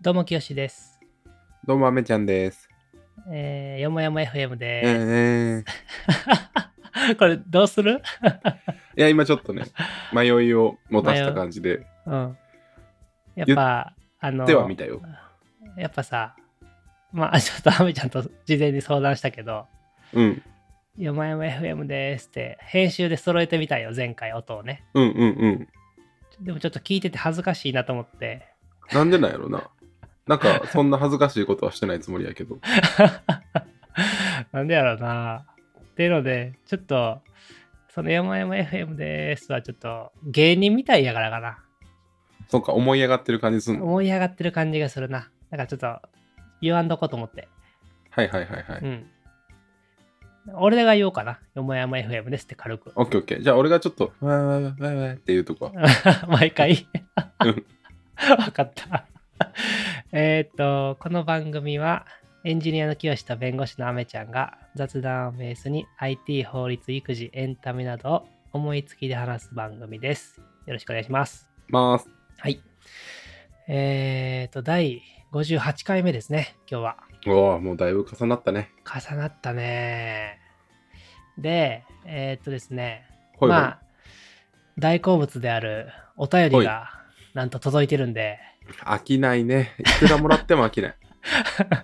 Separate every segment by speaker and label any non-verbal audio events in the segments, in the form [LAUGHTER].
Speaker 1: どうも、きよしです。
Speaker 2: どうも、あめちゃんです。
Speaker 1: えー、よもやま FM
Speaker 2: え
Speaker 1: で
Speaker 2: ー、い
Speaker 1: す。 [LAUGHS] これ、どうする
Speaker 2: や、今ちょっと
Speaker 1: [LAUGHS]
Speaker 2: ね、迷いを持たせた感じで、
Speaker 1: うん。やっぱ、あの、
Speaker 2: では見たよ。
Speaker 1: やっぱさ、まあ、ち [LAUGHS] ょっとアメちゃんと事前に相談したけど、
Speaker 2: うん、
Speaker 1: よもやま FM ですって、編集で揃えてみたよ、前回音をね。
Speaker 2: うん、うん、うん。
Speaker 1: でもちょっと聞いてて恥ずかしいなと思って、
Speaker 2: なんでなんやろな。なんか、そんな恥ずかしいことはしてないつもりやけど。
Speaker 1: なんでやろうな。っていうので、ちょっと、その山々 FM ですはちょっと芸人みたいやからかな。
Speaker 2: そっか、思い上がってる感じすんの。
Speaker 1: 思い上がってる感じがするな。だからちょっと言わんどこと思って。
Speaker 2: はいはいはいは
Speaker 1: う
Speaker 2: い。
Speaker 1: ん。俺が言おうかな。山々 FM ですって軽く。 [LAUGHS]
Speaker 2: オッケーオッケー。じゃあ、俺がちょっと、わーわーわーわーわーっていうとこは。
Speaker 1: 毎回
Speaker 2: うん。
Speaker 1: [LAUGHS] わかった。えーっと、この番組は、エンジニアの清と弁護士のあめちゃんが雑談をベースに IT、法律、育児、エンタメなどを思いつきで話す番組です。よろしくお願いします。
Speaker 2: まーす。
Speaker 1: はい。えーっと、第58回目ですね、今日は。
Speaker 2: おー、もうだいぶ重なったね。
Speaker 1: 重なったね。で、えーっとですね、
Speaker 2: ほいほい。
Speaker 1: まあ、大好物であるお便り
Speaker 2: ほい
Speaker 1: がなんと届いてるんで、
Speaker 2: 飽きないね。いくらもらっても飽きない。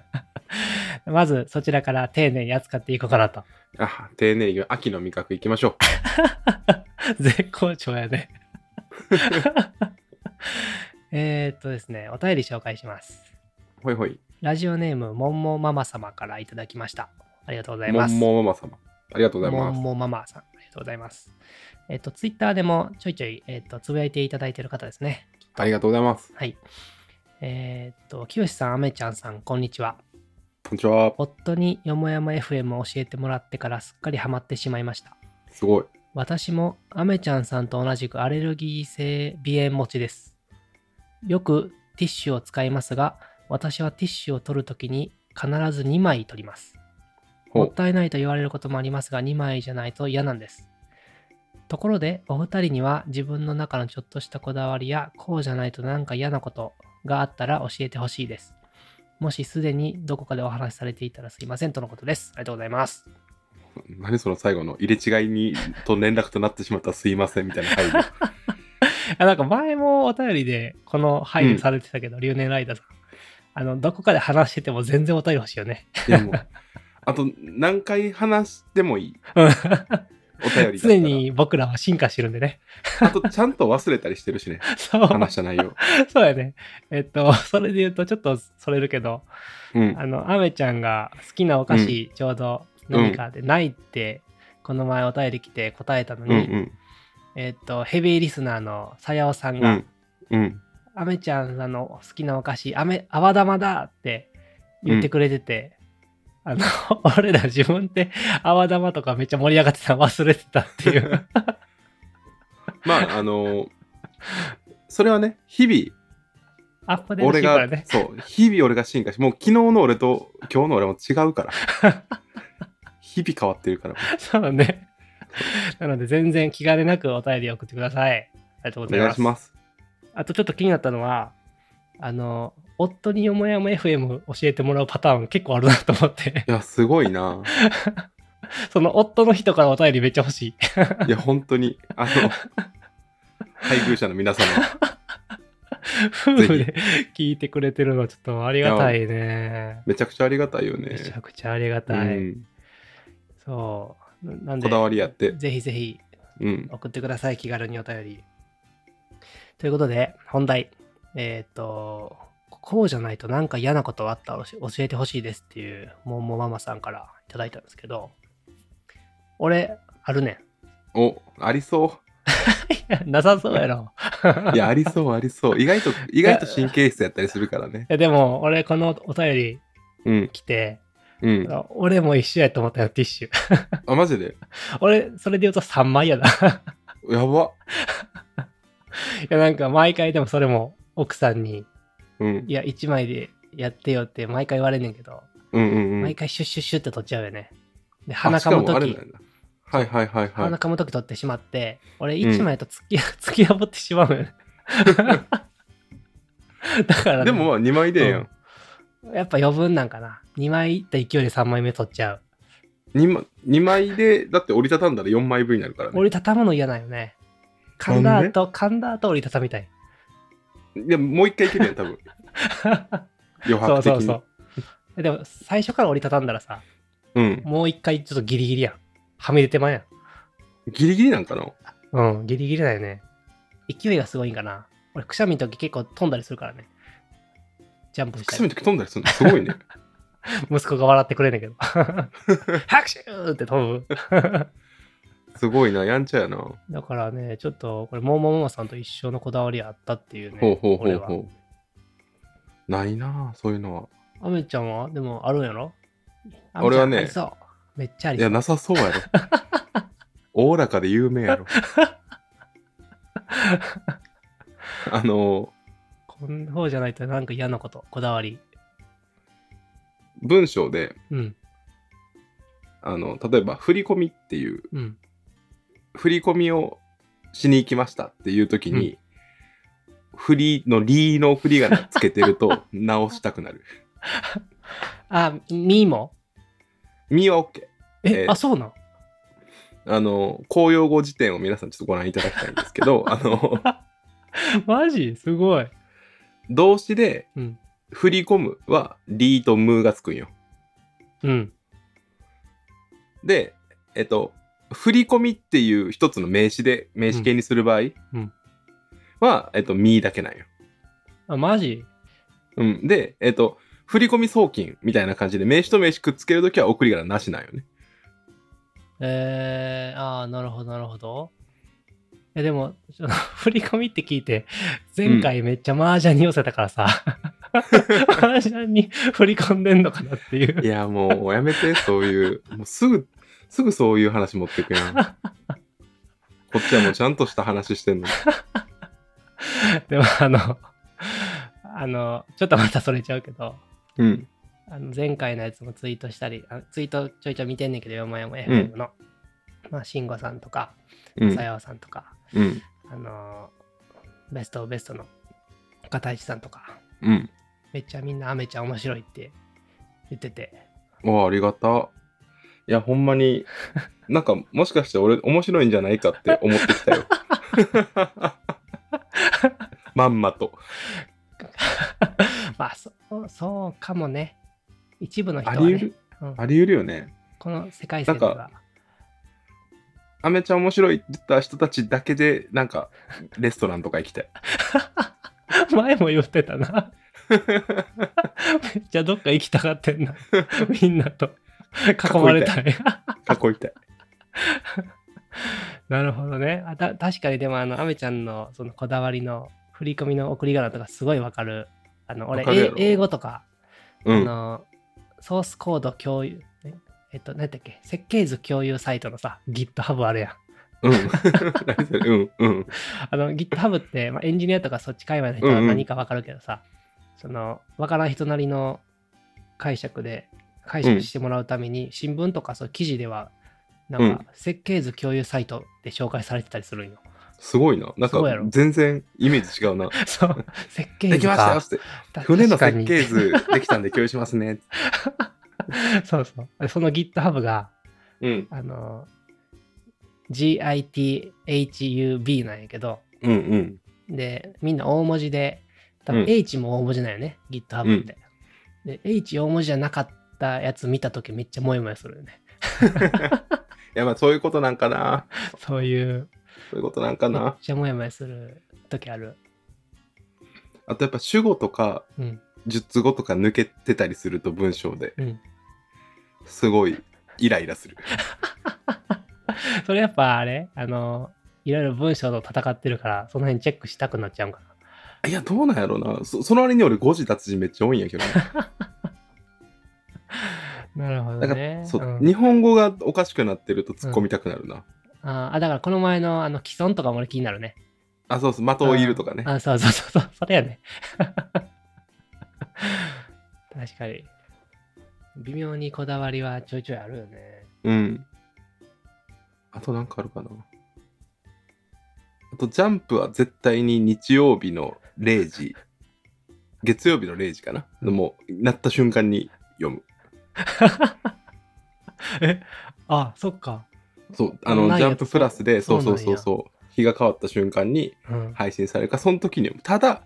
Speaker 2: [LAUGHS]
Speaker 1: まずそちらから丁寧に扱っていこうかな
Speaker 2: [LAUGHS]
Speaker 1: と。
Speaker 2: あ、丁寧に秋の味覚いきましょ
Speaker 1: 絶好調やね。 [LAUGHS] えーっとですね、お便り紹介します。
Speaker 2: う。ほいほい。
Speaker 1: ラジオネーム、もんもママ様からいただきました。ありがとうござい
Speaker 2: も
Speaker 1: ま
Speaker 2: ん
Speaker 1: す。
Speaker 2: もママ様。ありがとうござい
Speaker 1: も
Speaker 2: ま
Speaker 1: ん
Speaker 2: す。
Speaker 1: もママさん、ありがとうございます。えっと、ツイッターでもちょいちょい、えっと、つぶやいていただいている方ですね。
Speaker 2: ありがとうございます。
Speaker 1: はい。えーっと、きよしさん、あめちゃんさん、こんにちは。
Speaker 2: こんにちは。
Speaker 1: 夫によもやま FM を教えてもらってからすっかりハマってしまいました。
Speaker 2: すごい。
Speaker 1: 私もアメちゃんさんと同じくアレルギー性鼻炎持ちです。よくティッシュを使いますが、私はティッシュを取るときに必ず2枚取ります。
Speaker 2: ほ
Speaker 1: も
Speaker 2: う
Speaker 1: ったいないと言われることもありますが、2枚じゃないと嫌なんです。ところで、お二人には自分の中のちょっとしたこだわりや、こうじゃないとなんか嫌なことがあったら教えてほしいです。もしすでにどこかでお話しされていたらすいませんとのことです。ありがとうございます。
Speaker 2: 何その最後の入れ違いにと連絡となってしまったすいませんみたいな配 [LAUGHS] 慮
Speaker 1: あなんか前もお便りでこの配慮されてたけど、留年ライダーさん。あの、どこかで話してても全然お便り欲しいよ [LAUGHS] ね。
Speaker 2: いやもうあと何回話してもいいお便りだったら
Speaker 1: 常に僕らは進化してるんでね。
Speaker 2: あとちゃんと忘れたりしてるしね [LAUGHS]
Speaker 1: そう、
Speaker 2: 話した内容
Speaker 1: そうやね。えっと、それで言うとちょっとそれるけど、
Speaker 2: [LAUGHS] うん
Speaker 1: あの、アメちゃんが好きなお菓子ちょうど何かでないって、この前お便り来て答えたの
Speaker 2: うんう
Speaker 1: に、
Speaker 2: ん
Speaker 1: えっと、ヘビーリスナーのさやおさん
Speaker 2: う
Speaker 1: が、
Speaker 2: んうん
Speaker 1: アメちゃんあの好きなお菓子、アメ、泡玉だって言ってくれてて、あの、 [LAUGHS] 俺ら自分って泡玉とかめっちゃ盛り上がってたの忘れてたって
Speaker 2: [LAUGHS]
Speaker 1: いう。
Speaker 2: まああのそれはね日
Speaker 1: アップデ
Speaker 2: 々
Speaker 1: ートし
Speaker 2: 俺
Speaker 1: てから
Speaker 2: が、
Speaker 1: ね。
Speaker 2: そう日々俺が進化してもう昨日の俺と今日の俺も違うから [LAUGHS] 日々変わってるから
Speaker 1: そうだね。なので全然気兼ねなくお便り送ってください。ありがとう
Speaker 2: お
Speaker 1: ござい
Speaker 2: 願
Speaker 1: ま
Speaker 2: い
Speaker 1: す。
Speaker 2: します
Speaker 1: あとちょっと気になったのは、あの、夫によもやも FM 教えてもらうパターン結構あるなと思って、 [LAUGHS]
Speaker 2: いやすごいな
Speaker 1: その夫の人からお便りめっちゃ欲しい。
Speaker 2: いや本当にあの配偶者の皆様
Speaker 1: 夫婦で聞いてくれてるのちょっとありがたいね。
Speaker 2: めちゃくちゃありがたいよね。
Speaker 1: めちゃくちゃありがたい。
Speaker 2: うん
Speaker 1: そう。ななんで、
Speaker 2: こだわりやって。
Speaker 1: ぜひぜひ
Speaker 2: うん。
Speaker 1: 送ってください、気軽にお便り。ということで、本題。えっ、と、こうじゃないとなんか嫌なことあったら教え教えてほしいですっていう、もうもママさんからいただいたんですけど、俺、あるね
Speaker 2: お、ありそ
Speaker 1: ん。 [LAUGHS] なさそうやろ。
Speaker 2: う。いや、ありそう、ありそう。意外と、意外と神経質やったりするからね。
Speaker 1: えでも、俺、このお便り
Speaker 2: うん、
Speaker 1: 来て、
Speaker 2: うん。
Speaker 1: 俺も一緒やと思ったよ、ティッシュ。
Speaker 2: あ、マジで
Speaker 1: 俺、それで言うと3枚やな。
Speaker 2: やば。
Speaker 1: いや、なんか毎回でもそれも奥さんに
Speaker 2: うん、
Speaker 1: いや、1枚でやってよって毎回言われんねんけど、
Speaker 2: うん、うん。うん
Speaker 1: 毎。回シュッシュッシュッって取っちゃうよね。で、
Speaker 2: あ
Speaker 1: 鼻
Speaker 2: し
Speaker 1: か
Speaker 2: か
Speaker 1: む
Speaker 2: もあ
Speaker 1: と
Speaker 2: れ
Speaker 1: き
Speaker 2: な、んだはいはいはい
Speaker 1: 鼻
Speaker 2: は
Speaker 1: かむとき取ってしまって、俺
Speaker 2: う
Speaker 1: [LAUGHS]
Speaker 2: ん
Speaker 1: 1枚と突き,、突き破ってしまうのよね。 [LAUGHS] だからね、
Speaker 2: でもまあ2枚でええやん。
Speaker 1: やっぱ余分なんかな。2枚いった勢いで3枚目取っちゃう。
Speaker 2: 2, 枚2枚で、だって折りたたんだら4枚分になるからね。
Speaker 1: 折りたたむの嫌なんよね。噛んだ
Speaker 2: なんで
Speaker 1: 後、噛んだ後折りたたみたい。
Speaker 2: でももう一回いけるやん、多分。余
Speaker 1: そ
Speaker 2: 白
Speaker 1: う
Speaker 2: 的に。
Speaker 1: そうそう。でも最初から折りたたんだらさ、
Speaker 2: うん。
Speaker 1: もう一回ちょっとギリギリやん。はみ出てまうやん。
Speaker 2: ギリギリなんかな
Speaker 1: うん、ギリギリだよね。勢いがすごいんかな。俺、くしゃみの時結構飛んだりするからね。ジャンプし
Speaker 2: くしたゃみ
Speaker 1: り。
Speaker 2: の時飛んだりするのすごいね。
Speaker 1: 息子が笑ってくれんねんけど。拍手って飛ぶ。
Speaker 2: すごいな、やんちゃやな。ほ
Speaker 1: だからね、ちょっと、これ、もうもももさんと一緒のこだわりあったっていうね。
Speaker 2: うほうほ
Speaker 1: 俺
Speaker 2: う
Speaker 1: は
Speaker 2: ほう。ないなあそういうのは。
Speaker 1: アメちゃんはでもあるんやろ
Speaker 2: 俺はね
Speaker 1: アメちゃんありそうめっちゃあり
Speaker 2: い
Speaker 1: そ
Speaker 2: や、
Speaker 1: う。
Speaker 2: なさそう [LAUGHS] やろ。おおらかで有名や [LAUGHS] ろ。あの、
Speaker 1: こんな方じゃないとなんか嫌なこと、こだわり。
Speaker 2: 文章で、
Speaker 1: うん、
Speaker 2: あの、例えば、振り込みっていう、
Speaker 1: うん、
Speaker 2: 振り込みをしに行きましたっていう時に、振りの、リーの振り仮名つけてる [LAUGHS] と直したくなる。
Speaker 1: あ、みーも
Speaker 2: みは OK。
Speaker 1: え、
Speaker 2: えー
Speaker 1: あ、そうなん
Speaker 2: あの、公用語辞典を皆さんちょっとご覧いただきたいんですけど、あの、
Speaker 1: マジすごい。
Speaker 2: 動詞で
Speaker 1: うん、
Speaker 2: 振り込むは、リーとムーがつくんよ。
Speaker 1: うん、
Speaker 2: で、えっと、振り込みっていう一つの名詞で、名詞形にする場合
Speaker 1: うん
Speaker 2: は、えっと、みだけなんよ。
Speaker 1: あ、マジ
Speaker 2: うん。で、えっと、振り込み送金みたいな感じで、名詞と名詞くっつけるときは送り仮名なしなんよ
Speaker 1: [LAUGHS]
Speaker 2: ね。
Speaker 1: えー、あーなるほど、なるほど。え、でも、ちょっと [LAUGHS] 振り込みって聞いて、前回めっちゃ麻雀に寄せたから
Speaker 2: [LAUGHS]
Speaker 1: さ、麻雀に振り込んでんのかなっていう
Speaker 2: い。や、もうやめて、そういう、もうすぐ、すぐそういう話持って
Speaker 1: [LAUGHS]
Speaker 2: くやん。こっちはもうちゃんとした話してんのに。
Speaker 1: でも、あの、あの、ちょっとまたそれちゃうけど、
Speaker 2: うん。
Speaker 1: あの前回のやつもツイートしたり、あツイートちょいちょい見てんねんけど、よもやも FM の、まあ、慎吾さんとか、
Speaker 2: う
Speaker 1: さ
Speaker 2: ん。
Speaker 1: やおさんとか、
Speaker 2: うん。
Speaker 1: あのーベストオブベストの片石さんとか、
Speaker 2: うん。
Speaker 1: めっちゃみんなアメちゃん面白いって言ってて、
Speaker 2: わあ、ありがた。いや、ほんま
Speaker 1: [LAUGHS]
Speaker 2: に、なんか、もしかして俺、面白いんじゃないかって思って
Speaker 1: [LAUGHS]
Speaker 2: きたよ。まんまと。
Speaker 1: まあそ、そうかもね。一部の人
Speaker 2: あ
Speaker 1: は
Speaker 2: り得
Speaker 1: ね
Speaker 2: る、
Speaker 1: うん
Speaker 2: あり得るよね。
Speaker 1: この世界線で
Speaker 2: な
Speaker 1: は、
Speaker 2: アメちゃん面白いって言った人たちだけで、なんか、レストランとか行
Speaker 1: [LAUGHS]
Speaker 2: きたい。
Speaker 1: 前も言ってたな。めっちゃどっか行きたがってん
Speaker 2: [LAUGHS]
Speaker 1: な。みんなと囲まれたい。
Speaker 2: 囲いたい。
Speaker 1: なるほどね。あた確かにでもあの、アメちゃんのそのこだわりの振り込みの送り仮名とかすごいわかる。あの、俺
Speaker 2: わかるやろ、
Speaker 1: 英英語とか、
Speaker 2: う
Speaker 1: あ
Speaker 2: ん。
Speaker 1: の、ソースコード共有、ええっと、何だっけ、設計図共有サイトのさ、GitHub あるやん。
Speaker 2: うん。 [LAUGHS] 何それうん。うん。
Speaker 1: あの GitHub って、まあ、エンジニアとかそっち界隈の人は
Speaker 2: うんうん
Speaker 1: 何か分かるけどさ、その分からん人なりの解釈で解釈してもらうために、新聞とかそう記事ではなんか設計図共有サイトで紹介されてたりするんよ。
Speaker 2: すごいな。なん
Speaker 1: そうや
Speaker 2: か
Speaker 1: ろ、
Speaker 2: 全然イメージ違うな。
Speaker 1: [LAUGHS] そう設計図
Speaker 2: できましたよ
Speaker 1: か
Speaker 2: っつって。
Speaker 1: た
Speaker 2: 船
Speaker 1: 確
Speaker 2: の
Speaker 1: か
Speaker 2: 設
Speaker 1: に
Speaker 2: 計図できたんで共有しますね。
Speaker 1: [LAUGHS] そうそう。その GitHub が
Speaker 2: うん。
Speaker 1: あの GITHUB なんやけど
Speaker 2: うんうん。
Speaker 1: で、みんな大文字で、多分
Speaker 2: うん
Speaker 1: H も大文字だよね、GitHub って。で、H 大文字じゃなかったやつ見たときめっちゃモヤモヤするよね。
Speaker 2: いや、まあ、そういうことなんかな。
Speaker 1: [LAUGHS] そういう、
Speaker 2: そういうことなんか
Speaker 1: めっ
Speaker 2: な。
Speaker 1: ちゃモヤモヤする時ある。
Speaker 2: あとやっぱ主語とか
Speaker 1: うん、
Speaker 2: 術語とか抜けてたりすると文章で
Speaker 1: うん。
Speaker 2: すごいイライラする。
Speaker 1: それやっぱあれあの、いろいろ文章と戦ってるから、その辺チェックしたくなっちゃうんかな。
Speaker 2: いや、どうなんやろな。そその割に俺誤字脱字めっちゃ多いんやけ [LAUGHS] どね。
Speaker 1: なるほ
Speaker 2: だ
Speaker 1: ど
Speaker 2: から、
Speaker 1: ね。
Speaker 2: そうう、
Speaker 1: ん
Speaker 2: 日本語がおかしくなってると突っ込みたくなるな。
Speaker 1: あーあ、だからこの前のあの既存とかも俺気になるね。
Speaker 2: あ、そうそう、的をいるとかね。
Speaker 1: あそうそうそうそう、それやね。 [LAUGHS] 確かに。微妙にこだわりはちょいちょいあるよね。
Speaker 2: うん。あとなんかあるかな。あと、ジャンプは絶対に日曜日の0時月曜日の0時かな、もうなった瞬間に読む
Speaker 1: え、あ、そっか。
Speaker 2: そうあの
Speaker 1: オンライン
Speaker 2: ジ
Speaker 1: や
Speaker 2: ャ
Speaker 1: っ
Speaker 2: ン
Speaker 1: た
Speaker 2: ププラスでそうそう
Speaker 1: そうなん
Speaker 2: そう
Speaker 1: や
Speaker 2: そう日が変わった瞬間に
Speaker 1: うん。
Speaker 2: 配信されるかその時に読むただ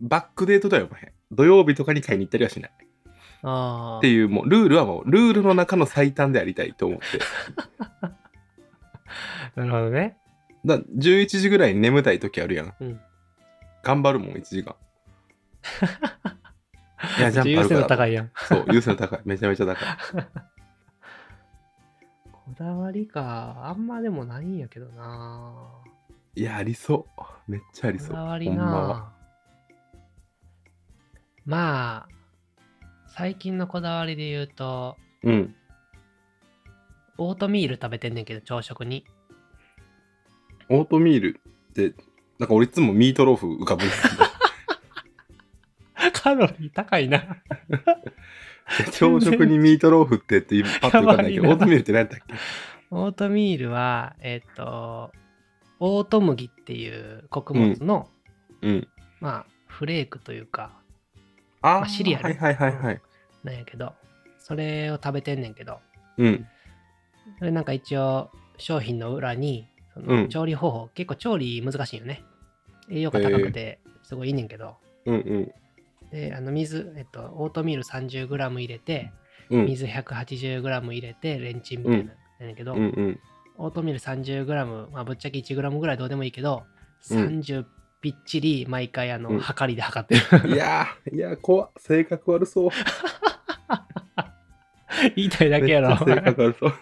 Speaker 2: バックデートでは読まへん土曜日とかに買いに行ったりはしない
Speaker 1: ああ。
Speaker 2: っていうもうルールはもうルールの中の最短でありたいと思
Speaker 1: [LAUGHS]
Speaker 2: って
Speaker 1: なるほどね。
Speaker 2: だ11時ぐらいに眠たい時あるやん
Speaker 1: うん。
Speaker 2: 頑張るもん1
Speaker 1: [LAUGHS]
Speaker 2: 時間いやジャンプ
Speaker 1: 優
Speaker 2: あるか
Speaker 1: 先
Speaker 2: ら
Speaker 1: 度高いやん。
Speaker 2: そう優先度高いめちゃめちゃ高い
Speaker 1: こだわりか。あんまでもないんやけどない
Speaker 2: やありそうめっちゃあり
Speaker 1: こ
Speaker 2: そう
Speaker 1: だわり
Speaker 2: ほん
Speaker 1: な
Speaker 2: まは
Speaker 1: まあ、最近のこだわりで言うと、
Speaker 2: うん
Speaker 1: オートミール食べてんねんけど、朝食に。
Speaker 2: オートミールってなんか俺いつもミートローフ浮かぶんですけど
Speaker 1: [LAUGHS] カロリー高いな。
Speaker 2: [LAUGHS] 朝食にミートローフってってパッと浮かんないけ
Speaker 1: やばいな
Speaker 2: どオートミールって何だっけ
Speaker 1: オートミールは、えっ、と、オート麦っていう穀物の、
Speaker 2: うん
Speaker 1: まあ、フレークというか、
Speaker 2: あー、
Speaker 1: まあシリアル
Speaker 2: はいはいはいはい
Speaker 1: なんやけど、それを食べてんねんけど、
Speaker 2: うん
Speaker 1: それなんか一応、商品の裏に、そ
Speaker 2: うん
Speaker 1: の調理方法、結構調理難しいよね。栄養価高くて、すごいいいねんけど、
Speaker 2: うんうん
Speaker 1: で、あの、水、えっと、オートミール 30g 入れて、
Speaker 2: うん
Speaker 1: 水 180g 入れて、レンチンみたいな、なんやけど、
Speaker 2: うんうん
Speaker 1: オートミール 30g、まあ、ぶっちゃけ 1g ぐらいどうでもいいけど、
Speaker 2: うん
Speaker 1: 30ぴっちり毎回あの、
Speaker 2: うん
Speaker 1: 測りで測ってる。 [LAUGHS]
Speaker 2: いやーいやー怖っ性格悪そう
Speaker 1: 言いたいだけや
Speaker 2: め
Speaker 1: ろ
Speaker 2: っ。ちゃ性格悪そう
Speaker 1: [LAUGHS]
Speaker 2: [LAUGHS]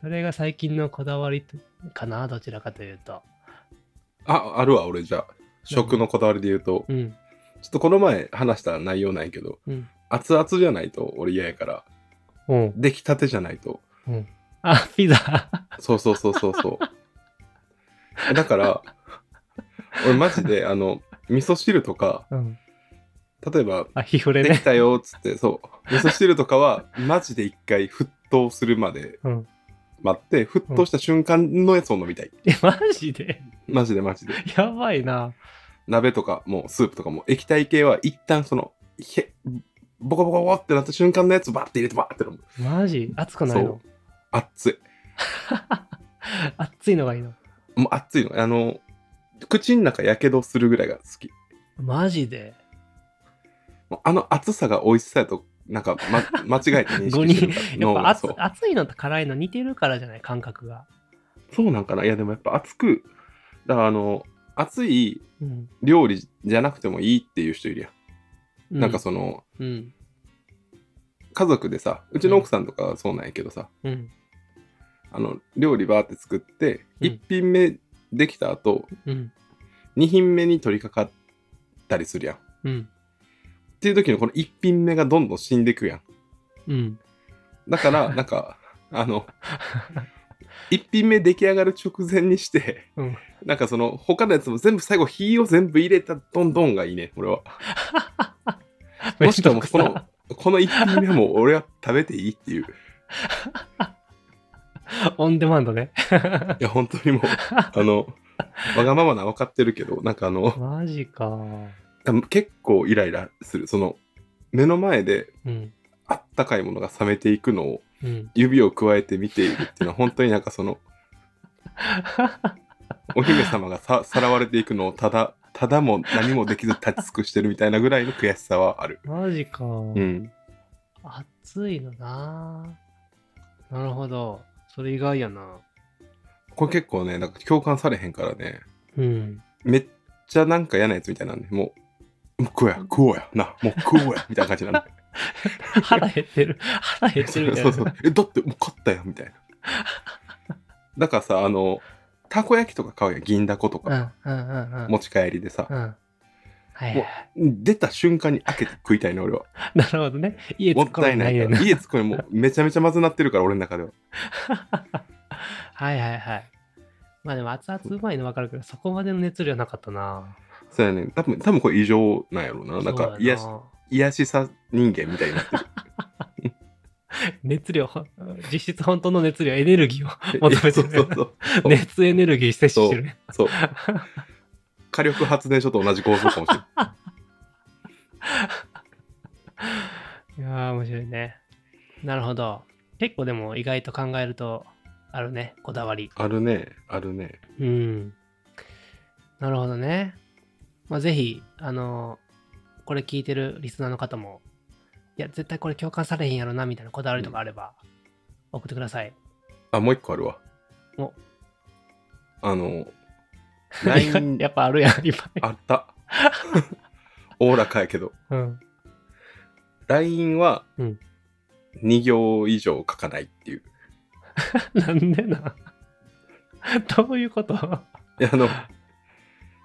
Speaker 1: それが最近のこだわりとかな、どちらかというと。
Speaker 2: ああるわ俺じゃあ食のこだわりで言うと
Speaker 1: うん、
Speaker 2: ちょっとこの前話した内容ないけど
Speaker 1: うん。
Speaker 2: 熱々じゃないと俺嫌やから
Speaker 1: うん。
Speaker 2: 出来たてじゃないと
Speaker 1: あ、ピザ。
Speaker 2: そうそうそうそうそう [LAUGHS] だから俺マジであの味噌汁とか
Speaker 1: うん。
Speaker 2: 例えば
Speaker 1: [LAUGHS] あ、日フレ
Speaker 2: でき
Speaker 1: ね。
Speaker 2: たよっつってそう味噌汁と
Speaker 1: [LAUGHS]
Speaker 2: かはマジで一回沸騰するまで
Speaker 1: うん。
Speaker 2: 待って沸騰した瞬間のやつを飲みたい、
Speaker 1: [LAUGHS] え、マジで
Speaker 2: マジでマジで
Speaker 1: やばいな。
Speaker 2: 鍋とかもうスープとかも液体系は一旦そのへボコボコボコってなった瞬間のやつバッて入れてバッて飲む
Speaker 1: マジ熱くないの
Speaker 2: 熱い
Speaker 1: 熱いのがいいの。
Speaker 2: もう熱いのあの口の中やけどするぐらいが好き
Speaker 1: マジで
Speaker 2: もうあの熱さが美味しさやとなんか、ま、 [LAUGHS] 間違えて認
Speaker 1: 五
Speaker 2: 識して
Speaker 1: 人。
Speaker 2: るか脳
Speaker 1: やっ
Speaker 2: が
Speaker 1: ぱ熱
Speaker 2: そう
Speaker 1: 熱いのと辛いの似てるからじゃない感覚が。
Speaker 2: そうなんかないやでもやっぱ熱くだからあの熱い
Speaker 1: うん。
Speaker 2: 料理じゃなくてもいいっていう人いるやん、
Speaker 1: う
Speaker 2: なんかその
Speaker 1: うん。
Speaker 2: 家族でさうちの奥さんとかはそうなんやけどさ、
Speaker 1: うん。
Speaker 2: あの料理バーって作って
Speaker 1: うん
Speaker 2: 1品目できた後、
Speaker 1: うん。
Speaker 2: 2品目に取り掛かったりするやんっ
Speaker 1: うん。
Speaker 2: ていう時のこの1品目がどんどん死んでいくやん
Speaker 1: うん。
Speaker 2: だか
Speaker 1: [LAUGHS]
Speaker 2: らなんかあの1品目出来上がる直前にして
Speaker 1: うん。
Speaker 2: なんかその他のやつも全部最後火を全部入れたどんどんがいいね俺はもしかもこ
Speaker 1: めんどく
Speaker 2: の
Speaker 1: さ
Speaker 2: この1品目も俺は食べていいっていうい
Speaker 1: オンデマンド
Speaker 2: [LAUGHS]
Speaker 1: ね。
Speaker 2: や本当にもうあのわがままな分かってるけどなんかあの
Speaker 1: マジか。
Speaker 2: 結構イライラするその目の前で
Speaker 1: うん。
Speaker 2: あったかいものが冷めていくのを
Speaker 1: うん。
Speaker 2: 指を加えて見ているっていうのは本当になんかそのお姫様がささらわれていくのをただただも何もできず立ち尽くしてるみたいなぐらいの悔しさはある。
Speaker 1: マジか。
Speaker 2: うん、
Speaker 1: 熱いのなぁなるほど。それ意外やな。
Speaker 2: これ結構ねなんか共感されへんからね
Speaker 1: うん。
Speaker 2: めっちゃなんか嫌なやつみたいなんでもうもうこうやこうやなもうこうやみたいな感じなんで
Speaker 1: [LAUGHS] 腹減ってる。腹減ってるみたい
Speaker 2: そ
Speaker 1: な。
Speaker 2: うそうえだってもう買ったやんみたいな。だからさあのたこ焼きとか買うやん銀だこと
Speaker 1: うん
Speaker 2: か、
Speaker 1: うんうんうん。
Speaker 2: 持ち帰りでさ
Speaker 1: う、ん。はいはい
Speaker 2: も
Speaker 1: はい。
Speaker 2: 出た瞬間に開けて食いたいね俺は。
Speaker 1: なるほどね。家
Speaker 2: も
Speaker 1: 突
Speaker 2: っ
Speaker 1: っ込
Speaker 2: た
Speaker 1: ん
Speaker 2: い
Speaker 1: で
Speaker 2: な
Speaker 1: ない
Speaker 2: い
Speaker 1: ね
Speaker 2: か
Speaker 1: ん
Speaker 2: ら。
Speaker 1: な。
Speaker 2: 家つこれもうめちゃめちゃまずなってるから、俺の中では。
Speaker 1: はいはいはい。まあでも熱々うまいの分かるけど、そこまでの熱量なかったな。
Speaker 2: そうやね。多分、多分これ異常なんやろうな。なんか
Speaker 1: そうや
Speaker 2: 癒し、癒しさ人間みたいになってる。
Speaker 1: 熱量、ほ実質本当の熱量、エネルギーを求めて
Speaker 2: そうそう
Speaker 1: る。
Speaker 2: そう。
Speaker 1: 熱エネルギー摂取してる。
Speaker 2: そう。火力発電所と同じ構造かもしれない。
Speaker 1: いやー、面白いね。なるほど。結構でも意外と考えると、あるね、こだわり。
Speaker 2: あるね、あるね。
Speaker 1: うん。なるほどね。まあ、ぜひ、あのこれ聞いてるリスナーの方も、いや、絶対これ共感されへんやろな、みたいなこだわりとかあれば、送ってください。
Speaker 2: あ、もう一個あるわ。
Speaker 1: お
Speaker 2: あの、
Speaker 1: や
Speaker 2: LINE
Speaker 1: っぱあるやん、いっぱい。
Speaker 2: [LAUGHS] あった。おおらかやけど。
Speaker 1: うん。
Speaker 2: LINE は
Speaker 1: うん
Speaker 2: 2行以上書かないっていう。
Speaker 1: なんでな。どういうこと
Speaker 2: いやあの、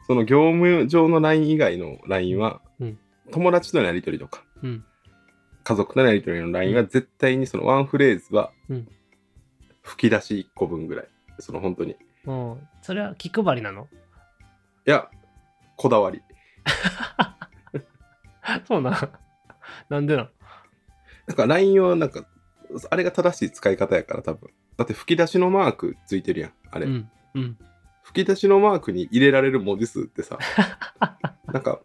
Speaker 2: その業務上の LINE 以外の LINE は、
Speaker 1: うん
Speaker 2: 友達とのやりとりとか、
Speaker 1: うん。
Speaker 2: 家族とのやりとりの LINE は絶対にそのワンフレーズは
Speaker 1: うん
Speaker 2: 吹き出し1個分ぐらい。その本当に。い
Speaker 1: もう、それは気配りなの
Speaker 2: や、こだわり。
Speaker 1: そうなん。なんでなん。
Speaker 2: なんか LINE はなんか、あれが正しい使い方やから多分。だって吹き出しのマークついてるやん、あ
Speaker 1: う
Speaker 2: れ。
Speaker 1: ん。うん。
Speaker 2: 吹き出しのマークに入れられる文字数っ
Speaker 1: [LAUGHS]
Speaker 2: てさ、なんか、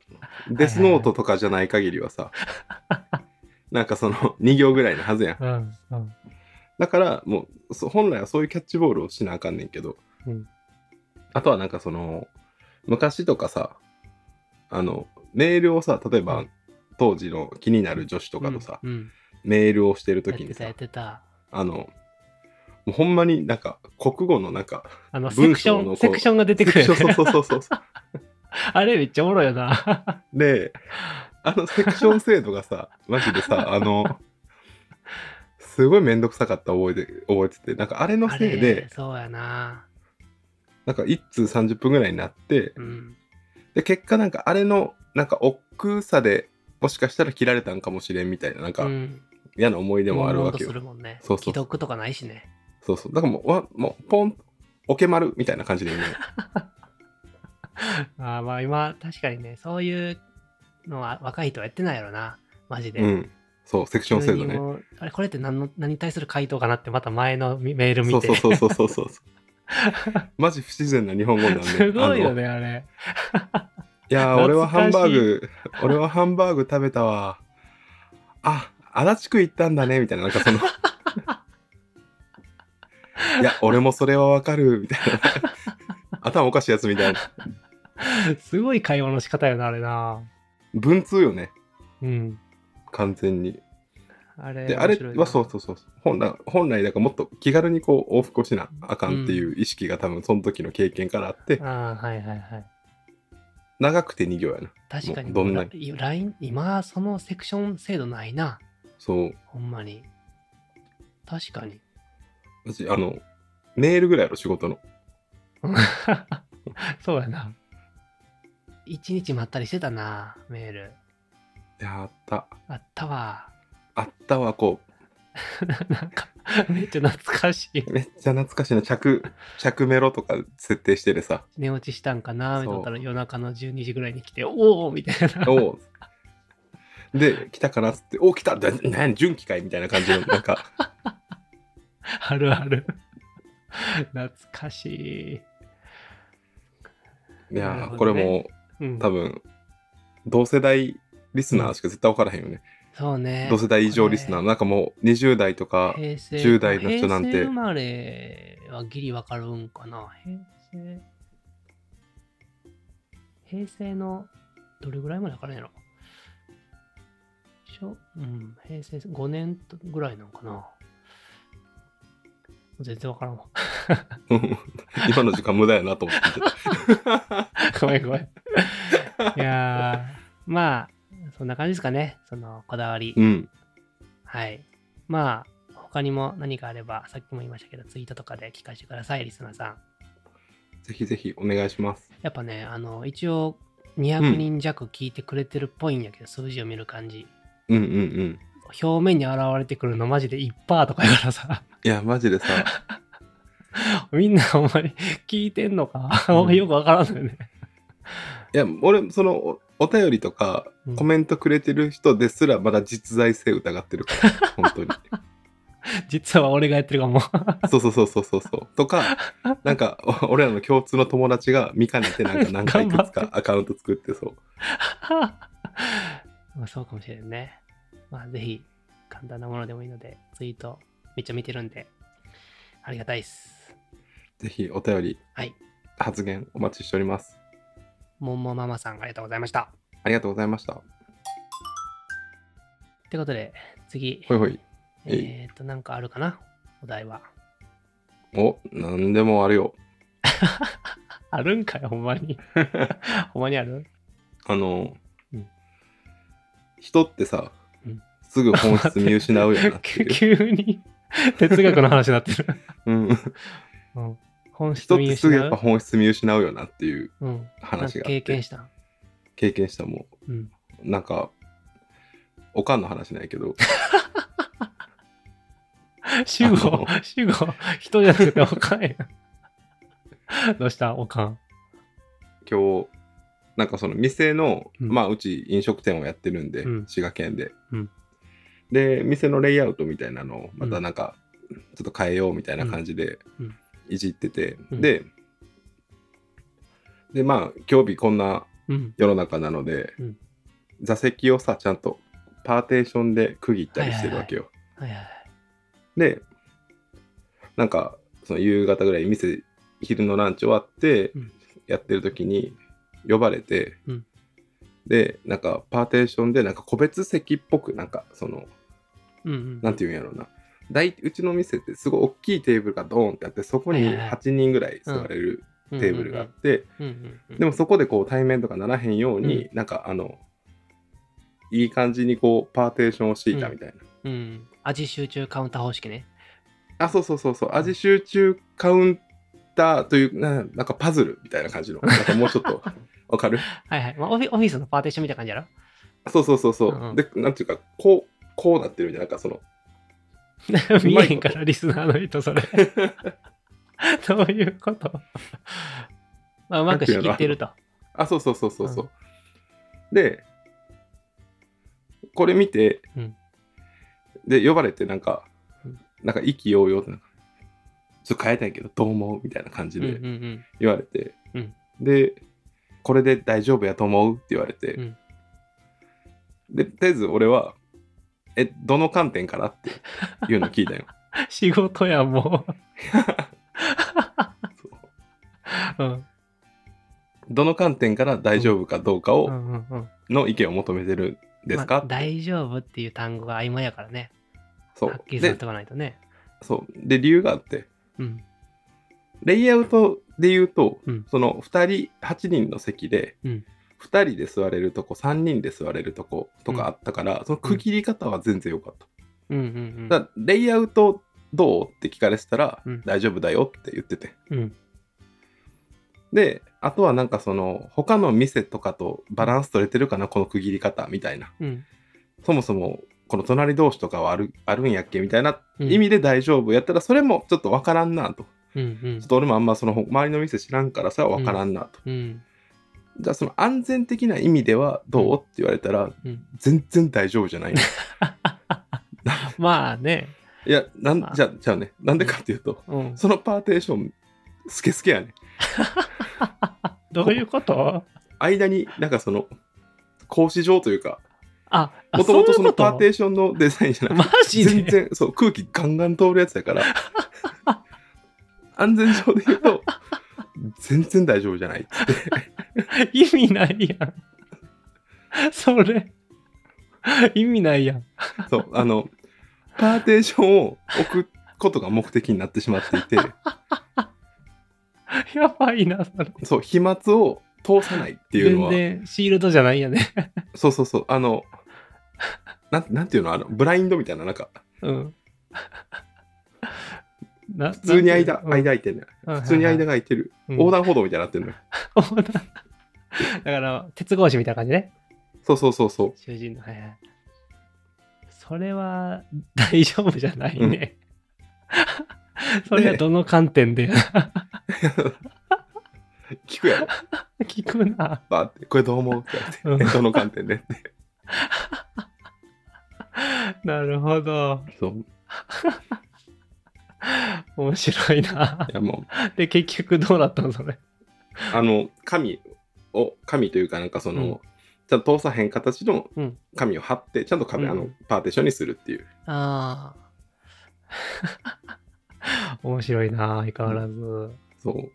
Speaker 2: デスノートとかじゃない限りはさ、なんかその2行ぐらいのはずやん。
Speaker 1: うん。うん。
Speaker 2: だからもうそ本来はそういうキャッチボールをしなあかんねんけど、
Speaker 1: うん
Speaker 2: あとはなんかその昔とかさあのメールをさ例えば、
Speaker 1: うん
Speaker 2: 当時の気になる女子とかとさ、
Speaker 1: うん。
Speaker 2: メールをしてる
Speaker 1: やっ
Speaker 2: 時に
Speaker 1: てた、
Speaker 2: さ
Speaker 1: やってた。
Speaker 2: あのもうほんまになんか国語のなん
Speaker 1: [LAUGHS]
Speaker 2: か
Speaker 1: あの、セ
Speaker 2: 文
Speaker 1: クシ
Speaker 2: 章の
Speaker 1: ョ
Speaker 2: こ
Speaker 1: ン、
Speaker 2: う
Speaker 1: セクションが出てくるよ
Speaker 2: そうそう
Speaker 1: ね。
Speaker 2: そうそうそう
Speaker 1: あれめっちゃおもろいよな。
Speaker 2: であのセクション制度
Speaker 1: [LAUGHS]
Speaker 2: がさマジでさあのすごいめんどくさかった覚えて覚えててなんかあれの
Speaker 1: あ
Speaker 2: せい
Speaker 1: れ
Speaker 2: で、
Speaker 1: そうやな。
Speaker 2: なんか1通30分ぐらいになって、
Speaker 1: うん。
Speaker 2: で結果なんかあれのなんか億劫さでもしかしたら切られたんかもしれんみたいななん
Speaker 1: う
Speaker 2: か
Speaker 1: ん。
Speaker 2: 嫌な思い出
Speaker 1: で
Speaker 2: もあるわけよ、
Speaker 1: するもんね。
Speaker 2: そうそう
Speaker 1: 既読とかないしね。
Speaker 2: そうそうだからもうわもうポンおけまるみたいな感じで
Speaker 1: [LAUGHS]
Speaker 2: 言うの
Speaker 1: あーまあ今、確かにね、そういうのは若い人はやってないやろな。マジで。
Speaker 2: うんそうセクション制度
Speaker 1: 急に
Speaker 2: ね
Speaker 1: もうあれ、これって何の何に対する回答かなって、また前のメール見
Speaker 2: そう
Speaker 1: て。
Speaker 2: そうそうそうそうそうマジ不自然な日本語なん
Speaker 1: [LAUGHS] [LAUGHS]
Speaker 2: で
Speaker 1: すごいよ
Speaker 2: あの
Speaker 1: ね、あれ。
Speaker 2: いやー俺はハン
Speaker 1: 懐か
Speaker 2: バ
Speaker 1: しい
Speaker 2: ーグ俺はハンバーグ食べたわあ足立区行ったんだねみたいななんか
Speaker 1: [LAUGHS]
Speaker 2: そのいや俺もそれはわかるみたいな頭おかしいやつみたいな
Speaker 1: すごい会話の仕方よな、あれな。
Speaker 2: 文通よね
Speaker 1: うん。
Speaker 2: 完全に。
Speaker 1: あれ、
Speaker 2: で、あ
Speaker 1: 面
Speaker 2: れ
Speaker 1: 白いな
Speaker 2: はそうそうそう。本来、本来だからもっと気軽にこう往復をしなあかんっていう意識が多分その時の経験からあって、
Speaker 1: ああ、はいはいはい。
Speaker 2: 長くて2行やな。
Speaker 1: 確かに、
Speaker 2: どんな
Speaker 1: ラライン今、そのセクション制度ないな。
Speaker 2: そう。
Speaker 1: ほんまに。確かに。 [LAUGHS]
Speaker 2: 私、あの、メールぐらいの仕事の。
Speaker 1: そうやな。一日待ったりしてたな、メール。
Speaker 2: いやあった。
Speaker 1: あったわ。 [LAUGHS]
Speaker 2: あったわ、こ
Speaker 1: なんか、めっちゃ懐かしい。
Speaker 2: う。めっちゃ懐かしいな。着、着メロとか設定して
Speaker 1: [LAUGHS]
Speaker 2: てさ。
Speaker 1: 寝落ちしたんかな
Speaker 2: そう
Speaker 1: と思ったら夜中の12時ぐらいに来て、おおみたいな。
Speaker 2: おうで、来たかなっつって、お来ただ何純機会みたいな感じの、なんか、
Speaker 1: [LAUGHS] [LAUGHS] あるある。懐かしい。
Speaker 2: いや
Speaker 1: なる
Speaker 2: ー
Speaker 1: ほ
Speaker 2: こ
Speaker 1: どね
Speaker 2: れも
Speaker 1: うん、
Speaker 2: 多分、同世代リスナーしか絶対分からへんよね。
Speaker 1: そうね。
Speaker 2: 同世代以上リスナー、
Speaker 1: こ
Speaker 2: なんかもう20代とか、
Speaker 1: れ平成
Speaker 2: 10代の人なんて
Speaker 1: 平成生まれはギリわかるんかな平成。平成のどれぐらいまでわからんやろ小うん、平成5年ぐらいなんかな全然わからんわ。 [LAUGHS]
Speaker 2: うん [LAUGHS] 今の時間無駄やなと思って見て
Speaker 1: [LAUGHS] ごめんごめん。いやーまあ、そんな感じですかね。そのこだわり。
Speaker 2: うん。
Speaker 1: はい。まあ、他にも何かあれば、さっきも言いましたけど、ツイートとかで聞かせてください、リスナーさん。
Speaker 2: ぜひぜひお願いします。
Speaker 1: やっぱね、あの、一応、200人弱聞いてくれてるっぽいんやけど、数字を見る感じ。
Speaker 2: うんうんうん。
Speaker 1: 表面に現れてくるのマジで1%とかやからさ、 [LAUGHS]
Speaker 2: いや、マジでさ、
Speaker 1: みんなほんまに聞いてんのか、
Speaker 2: うん
Speaker 1: [LAUGHS] よくわからんのよね。
Speaker 2: いや、俺、そのお、お便りとか
Speaker 1: うん、 [LAUGHS]
Speaker 2: コメントくれてる人ですら、まだ実在性疑ってるから、本当に。
Speaker 1: 実は俺がやってるかも。 [LAUGHS]
Speaker 2: そうそうそうそうそうそう。とか、なんか、お俺らの共通の友達が見かねて、なんか何回いくつかアカウント作ってそう。
Speaker 1: まあそうかもしれんね。まあぜひ、簡単なものでもいいので、ツイートめっちゃ見てるんで、ありがたいっす。
Speaker 2: ぜひお便り、
Speaker 1: はい
Speaker 2: 発言お待ちしております。
Speaker 1: もんもママさんありがとうございました。
Speaker 2: ありがとうございました。
Speaker 1: ってことで、次、
Speaker 2: ほいほい。えい
Speaker 1: えっ、と、なんかあるかなお題は。
Speaker 2: お、なんでもあるよ。
Speaker 1: あるんかよ、ほんま
Speaker 2: [LAUGHS]
Speaker 1: に。ほんまにある
Speaker 2: あの、
Speaker 1: うん
Speaker 2: 人ってさ、
Speaker 1: うん
Speaker 2: すぐ本質見失うよなっていう。
Speaker 1: [LAUGHS] 急に哲学の話にな
Speaker 2: [LAUGHS]
Speaker 1: ってる。
Speaker 2: うん、
Speaker 1: うん本質
Speaker 2: 人っ
Speaker 1: 見
Speaker 2: てすぐや
Speaker 1: 失
Speaker 2: っ
Speaker 1: う
Speaker 2: ぱ。本質見失うよなっていう
Speaker 1: うん。なん
Speaker 2: 話
Speaker 1: か
Speaker 2: があって
Speaker 1: 経験した。
Speaker 2: 経験したも
Speaker 1: うん。
Speaker 2: うなんかおかんの話ないけど [LAUGHS]
Speaker 1: 主
Speaker 2: あ
Speaker 1: 語
Speaker 2: の、
Speaker 1: 主語、人じゃなくておかんや。どうしたおかん。
Speaker 2: 今日なんかその店の、
Speaker 1: うん
Speaker 2: まあうち飲食店をやってるんで、
Speaker 1: うん
Speaker 2: 滋賀県で、
Speaker 1: うん
Speaker 2: で店のレイアウトみたいなのをまたなんかちょっと変えようみたいな感じで
Speaker 1: うんうん
Speaker 2: いじってて、
Speaker 1: うん
Speaker 2: ででまあ今日日こんな
Speaker 1: うん。
Speaker 2: 世の中なので、
Speaker 1: うん
Speaker 2: 座席をさちゃんとパーテーションで区切ったりしてるわけよ。
Speaker 1: はいはいはい。
Speaker 2: でなんかその夕方ぐらいに店昼のランチ終わって、
Speaker 1: うん
Speaker 2: やってる時に呼ばれて、
Speaker 1: うん
Speaker 2: でなんかパーテーションでなんか個別席っぽくなんかその
Speaker 1: うんうん。
Speaker 2: なんていうんやろうな大うちの店ってすごい大きいテーブルがドーンってあってそこに
Speaker 1: はいはいはい
Speaker 2: 8人ぐらい座れる
Speaker 1: テ
Speaker 2: テーブルがあって、
Speaker 1: うんうんうん。
Speaker 2: でもそこでこう対面とかならへんように、なんかあのいい感じにこうパーテーションを敷いたみたいな、
Speaker 1: うん。味集中カウンター方式ね。
Speaker 2: あそうそうそうそう味集中カウンターというななんかパズルみたいな
Speaker 1: [LAUGHS]
Speaker 2: 感じのなんかもうちょっとわかる
Speaker 1: はいはい。まあ、オフィオフィスのパーティションみたいな感じやろ
Speaker 2: そうそうそうそ
Speaker 1: う
Speaker 2: う、
Speaker 1: んうん
Speaker 2: でなんていうかこうこうなってるみたいななんかその
Speaker 1: [LAUGHS] 見えへんから、リスナーの人、それ。 [LAUGHS] どういうこと [LAUGHS] まあ、うまく仕切ってると。
Speaker 2: あそうそうそうそうそう、でこれ見て、
Speaker 1: うん
Speaker 2: で呼ばれてなんか、
Speaker 1: うん
Speaker 2: なんか意気揚々ってなんかちょっと変えたいけどどう思うみたいな感じ
Speaker 1: うんう
Speaker 2: で、
Speaker 1: んうん。
Speaker 2: 言われて、
Speaker 1: うん
Speaker 2: でこれで大丈夫やと思うって言われて、
Speaker 1: うん
Speaker 2: でとりあえず俺はえどの観点からっていうのを聞い
Speaker 1: [LAUGHS]
Speaker 2: たよ
Speaker 1: [LAUGHS] 仕事や、も [LAUGHS]
Speaker 2: そう
Speaker 1: う。うん。
Speaker 2: どの観点から大丈夫かどうかを、
Speaker 1: うんうんうん。
Speaker 2: の意見を求めてるんですか、
Speaker 1: まあ大丈夫っていう単語が曖昧やからね。
Speaker 2: そ
Speaker 1: はっき
Speaker 2: う
Speaker 1: りさせ
Speaker 2: で
Speaker 1: ておかないとね。
Speaker 2: そうで理由があって
Speaker 1: うん。
Speaker 2: レイアウトで言うと、
Speaker 1: うん
Speaker 2: その2人8人の席で、
Speaker 1: うん
Speaker 2: 2人で座れるとこ3人で座れるとことかあったから、その区切り方は全然良かった。
Speaker 1: うんうんうん。
Speaker 2: だからレイアウトどうって聞かれてたら、
Speaker 1: うん
Speaker 2: 大丈夫だよって言ってて
Speaker 1: うん。
Speaker 2: であとはなんかその他の店とかとバランス取れてるかなこの区切り方みたいな
Speaker 1: うん。
Speaker 2: そもそもこの隣同士とかはあるあるんやっけみたいな
Speaker 1: うん
Speaker 2: 意味で大丈夫やったらそれもちょっとわからんなと
Speaker 1: うん
Speaker 2: ちょっと俺もあんまその周りの店知らんからさわからんなと、
Speaker 1: うん。うん。
Speaker 2: じゃあその安全的な意味ではどうって言われたら
Speaker 1: うん
Speaker 2: 全然大丈夫じ
Speaker 1: [LAUGHS]
Speaker 2: ゃないの
Speaker 1: まあね。
Speaker 2: いやなん
Speaker 1: まあ
Speaker 2: じゃあじゃあねなんでかっていうと
Speaker 1: うん。
Speaker 2: そのパーテーションスケスケやね
Speaker 1: どういうこと
Speaker 2: 間になんかその格子状というか
Speaker 1: あ、あ
Speaker 2: もともとそのパー
Speaker 1: そうい
Speaker 2: テ
Speaker 1: う
Speaker 2: ーションのデザインじゃ
Speaker 1: こと
Speaker 2: なく
Speaker 1: [LAUGHS] マ
Speaker 2: て
Speaker 1: ジで
Speaker 2: 全然そう空気ガンガン通るやつだから安全上で言うと全然大丈夫じゃないっつって
Speaker 1: [LAUGHS] 意味ないやん。それ、意味ないやん。
Speaker 2: そうあのパーテーションを置くことが目的になってしまっていて
Speaker 1: やばいな、それ。
Speaker 2: そう飛沫を通さないっていうの
Speaker 1: 全
Speaker 2: は
Speaker 1: 然シールドじゃないやね。
Speaker 2: そうそうそうあのなんなんていうのあのブラインドみたいななんか
Speaker 1: うん。普
Speaker 2: 普通に間間空いてるね普通に間
Speaker 1: が
Speaker 2: が空いてる
Speaker 1: 横
Speaker 2: 横断歩道みたいになってるのよ
Speaker 1: 横断 [LAUGHS] だから、鉄格子みたいな感じね。
Speaker 2: そうそうそうそう
Speaker 1: 囚人の。はいはい。それは大丈夫じゃないね。 [LAUGHS] それはどの観点で
Speaker 2: 聞く
Speaker 1: [LAUGHS]
Speaker 2: やろ
Speaker 1: 聞くな。
Speaker 2: バーってこれどう思うって言われてどの観点でって
Speaker 1: なるほど。
Speaker 2: そう
Speaker 1: 面白いな。
Speaker 2: いやもう
Speaker 1: で、結局どうだったのそれ。
Speaker 2: あの紙を紙というかなんかその、
Speaker 1: うん
Speaker 2: ちゃんと通さへん形の
Speaker 1: うん
Speaker 2: 紙を貼ってちゃんと壁、
Speaker 1: うん
Speaker 2: あのパーティションにするっていう
Speaker 1: ああ。面白いな、相変わらず。
Speaker 2: そう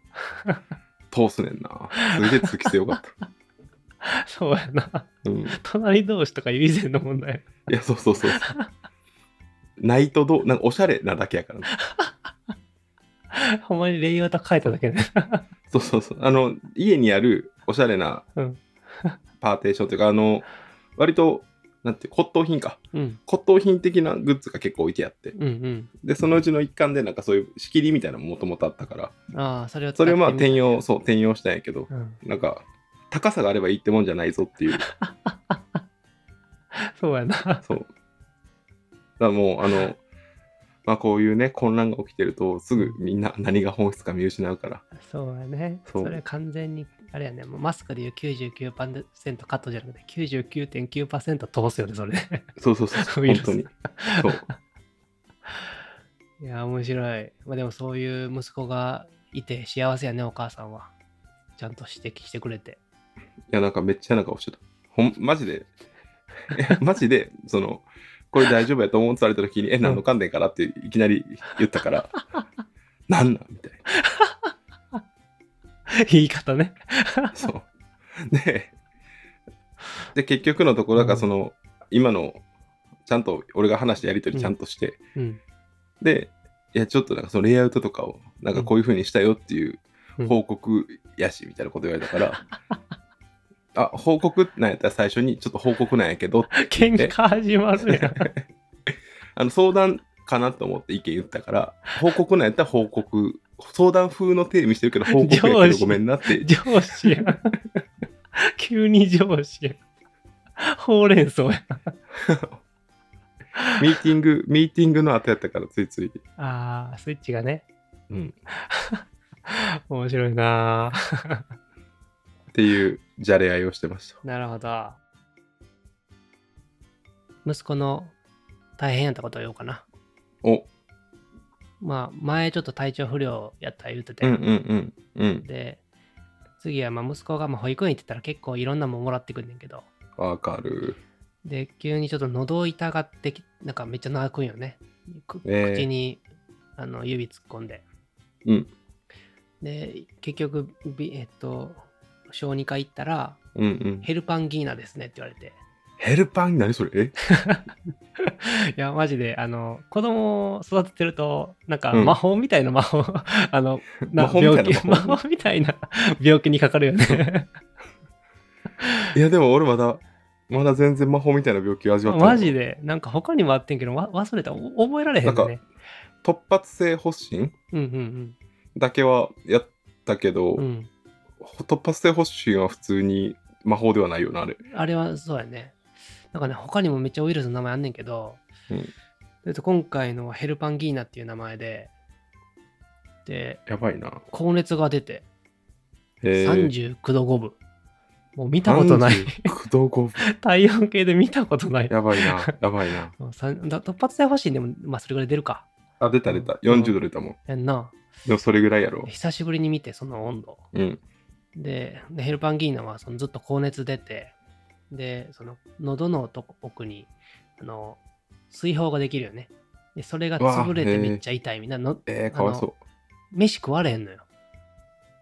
Speaker 1: [LAUGHS]
Speaker 2: 通すねんなすげえ通気性よかった、
Speaker 1: そうやな。
Speaker 2: うん、い
Speaker 1: 隣同士とかいう以前の問題。
Speaker 2: やそうそうそうそうナイトどうなんかおしゃれなだけやからね
Speaker 1: ほんまにレイアウト変えただけね。
Speaker 2: そうそうそうあの家にあるおしゃれな
Speaker 1: うん
Speaker 2: パーテーションというかあの割となんて骨董品か
Speaker 1: うん。
Speaker 2: 骨董品的なグッズが結構置いてあって
Speaker 1: うん
Speaker 2: でそのうちの一環でなんかそういう仕切りみたいなのももともとあったから
Speaker 1: うん。ああ、それを使
Speaker 2: それをまあ
Speaker 1: ってみ
Speaker 2: 転用そう転用したんやけど
Speaker 1: うん。
Speaker 2: なんか高さがあればいいってもんじゃないぞっていう
Speaker 1: そうやな。
Speaker 2: そうだからもうあのまあこういうね混乱が起きてるとすぐみんな何が本質か見失うから
Speaker 1: そうやね。そ
Speaker 2: そ
Speaker 1: うれ完全に、あれやね、もうマスクでいう99%カットじゃなくて99.9%通すよね、それ。
Speaker 2: そうそうそうそう
Speaker 1: ウイル
Speaker 2: 本
Speaker 1: ス
Speaker 2: 当にそう
Speaker 1: [LAUGHS] いや、面白い。まあでもそういう息子がいて幸せやね、お母さんは。ちゃんと指摘してくれて。
Speaker 2: いや、なんかめっちゃなんか顔してた。ほん、マジで、えマジで、その、これ大丈夫やと思うって言われた時に、え、何の観点からっていきなり言った
Speaker 1: [LAUGHS]
Speaker 2: から、なんなんみたい
Speaker 1: 言い方ね。
Speaker 2: な。そう。で、で、結局のところ、だからその、今の、ちゃんと俺が話してやりとりちゃんとして、
Speaker 1: うん。
Speaker 2: で、いや、ちょっとなんかそのレイアウトとかを、なんかこういう風にしたよっていう
Speaker 1: うん
Speaker 2: 報告やし、みたいなこと言われたから、あ、報告なんやったら最初に、ちょっと報告なんやけどって
Speaker 1: 喧嘩始まるやん。
Speaker 2: あの相談かなと思って意見言ったから、報告なんやったら報告、相談風の手見してるけど、報告やけ
Speaker 1: 上
Speaker 2: ど
Speaker 1: 司
Speaker 2: ごめんなって、
Speaker 1: 上司や [LAUGHS] ん。急に上司やん。ほうれん草やん。
Speaker 2: ミーティング、ミーティングの後やったから、ついつい。
Speaker 1: あー、スイッチがね。
Speaker 2: うん。
Speaker 1: [LAUGHS] 面白いなぁ。
Speaker 2: っていう、じゃれ合いをしてました。
Speaker 1: なるほど。息子の大変やったことを言おうかな。
Speaker 2: お、
Speaker 1: まあ、前ちょっと体調不良やった言うてて。
Speaker 2: うんうんうん。うん。
Speaker 1: で次はまあ息子がまあ保育園行ってたら結構いろんなもんもらってくんねんけど
Speaker 2: わかる。
Speaker 1: で急にちょっと喉を痛がってきなんかめっちゃ泣くんよねく
Speaker 2: えー
Speaker 1: 口に、あの指突っ込んで
Speaker 2: うん
Speaker 1: で結局びえっと小児科行ったら
Speaker 2: うんうん。
Speaker 1: ヘルパンギーナですねって言われ
Speaker 2: [LAUGHS]
Speaker 1: て
Speaker 2: ヘルパン何それえ
Speaker 1: い
Speaker 2: [LAUGHS]
Speaker 1: やマジであの子供を育ててるとなんか
Speaker 2: うん
Speaker 1: 魔法みたいな魔法、 [LAUGHS] あのな
Speaker 2: 魔法みたいな
Speaker 1: 病気 [LAUGHS]
Speaker 2: 魔
Speaker 1: 魔
Speaker 2: 法
Speaker 1: 法みたいな病気にかかるよね
Speaker 2: いや、でも俺まだ、まだ全然魔法みたいな病気を味わってない
Speaker 1: マジで、なんか他にもあってんけど、わ忘れた、お覚えられへんね。
Speaker 2: なんか突発性発疹
Speaker 1: うんうん
Speaker 2: だけはやったけど、
Speaker 1: うん。うん、
Speaker 2: 突発性発疹は普通に魔法ではないよな、あれ。
Speaker 1: あれはそうやね。なんかね、他にもめっちゃウイルスの名前あんねんけど、
Speaker 2: うん
Speaker 1: えっと今回のはヘルパンギーナっていう名前で、で、
Speaker 2: やばいな。
Speaker 1: 高熱が出て、
Speaker 2: え
Speaker 1: 39度5分。もう見たことない。
Speaker 2: 9度5分。
Speaker 1: 体温計で見たことない。
Speaker 2: [LAUGHS] やばいな、やばいな。
Speaker 1: もうさんだ突発性発疹でも、まあ、それぐらい出るか。
Speaker 2: あ、出た出た。
Speaker 1: うん
Speaker 2: 40度出たもん。
Speaker 1: やんな。
Speaker 2: でもそれぐらいやろ。
Speaker 1: 久しぶりに見て、その温度。
Speaker 2: うん。
Speaker 1: で、でヘルパンギーナはそのずっと高熱出て、で、その喉のとこ奥に、あの、水泡ができるよね。で、それが潰れ
Speaker 2: う
Speaker 1: て
Speaker 2: わへえ
Speaker 1: めっちゃ痛いみたいなの、
Speaker 2: えー、かわいそう。
Speaker 1: 飯食われへんのよ。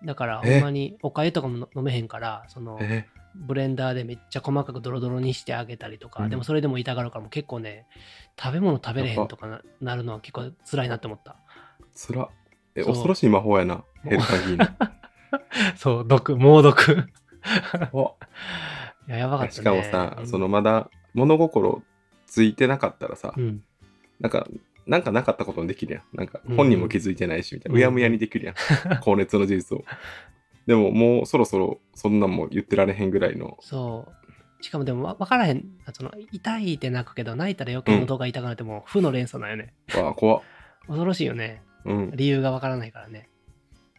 Speaker 1: だから、ほ
Speaker 2: え
Speaker 1: んまにお粥とかもの飲めへんから、その、
Speaker 2: え
Speaker 1: ブレンダーでめっちゃ細かくドロドロにしてあげたりとか、
Speaker 2: うん
Speaker 1: でもそれでも痛がるから、もう結構ね、食べ物食べれへんとかななるのは結構辛いなって思
Speaker 2: [LAUGHS]
Speaker 1: った。
Speaker 2: ー、つら。え、
Speaker 1: そう
Speaker 2: 恐ろしい魔法やな。ヘルパンギ
Speaker 1: [LAUGHS]
Speaker 2: ーナ。
Speaker 1: そう、毒、猛毒。
Speaker 2: お
Speaker 1: [LAUGHS] いや、やばかったね。
Speaker 2: しかもさ
Speaker 1: う、ん
Speaker 2: そ、のまだ物心ついてなかったらさ
Speaker 1: う、ん、
Speaker 2: なんか、なんかなかったことにできるやん。なんか
Speaker 1: うん
Speaker 2: 本人も気づいてないし、みたいな。
Speaker 1: うん
Speaker 2: うやむやにで
Speaker 1: [LAUGHS]
Speaker 2: きるやん。高熱の事実を。でももうそろそろそんなんも言ってられへんぐらいの。
Speaker 1: そう。しかもでもわ分からへん。その痛いって泣くけど、泣いたら余計喉が痛くなってもう負の連鎖なんよね。
Speaker 2: わあ、怖っ。
Speaker 1: 恐ろしいよね。
Speaker 2: うん。
Speaker 1: 理由が分からないからね。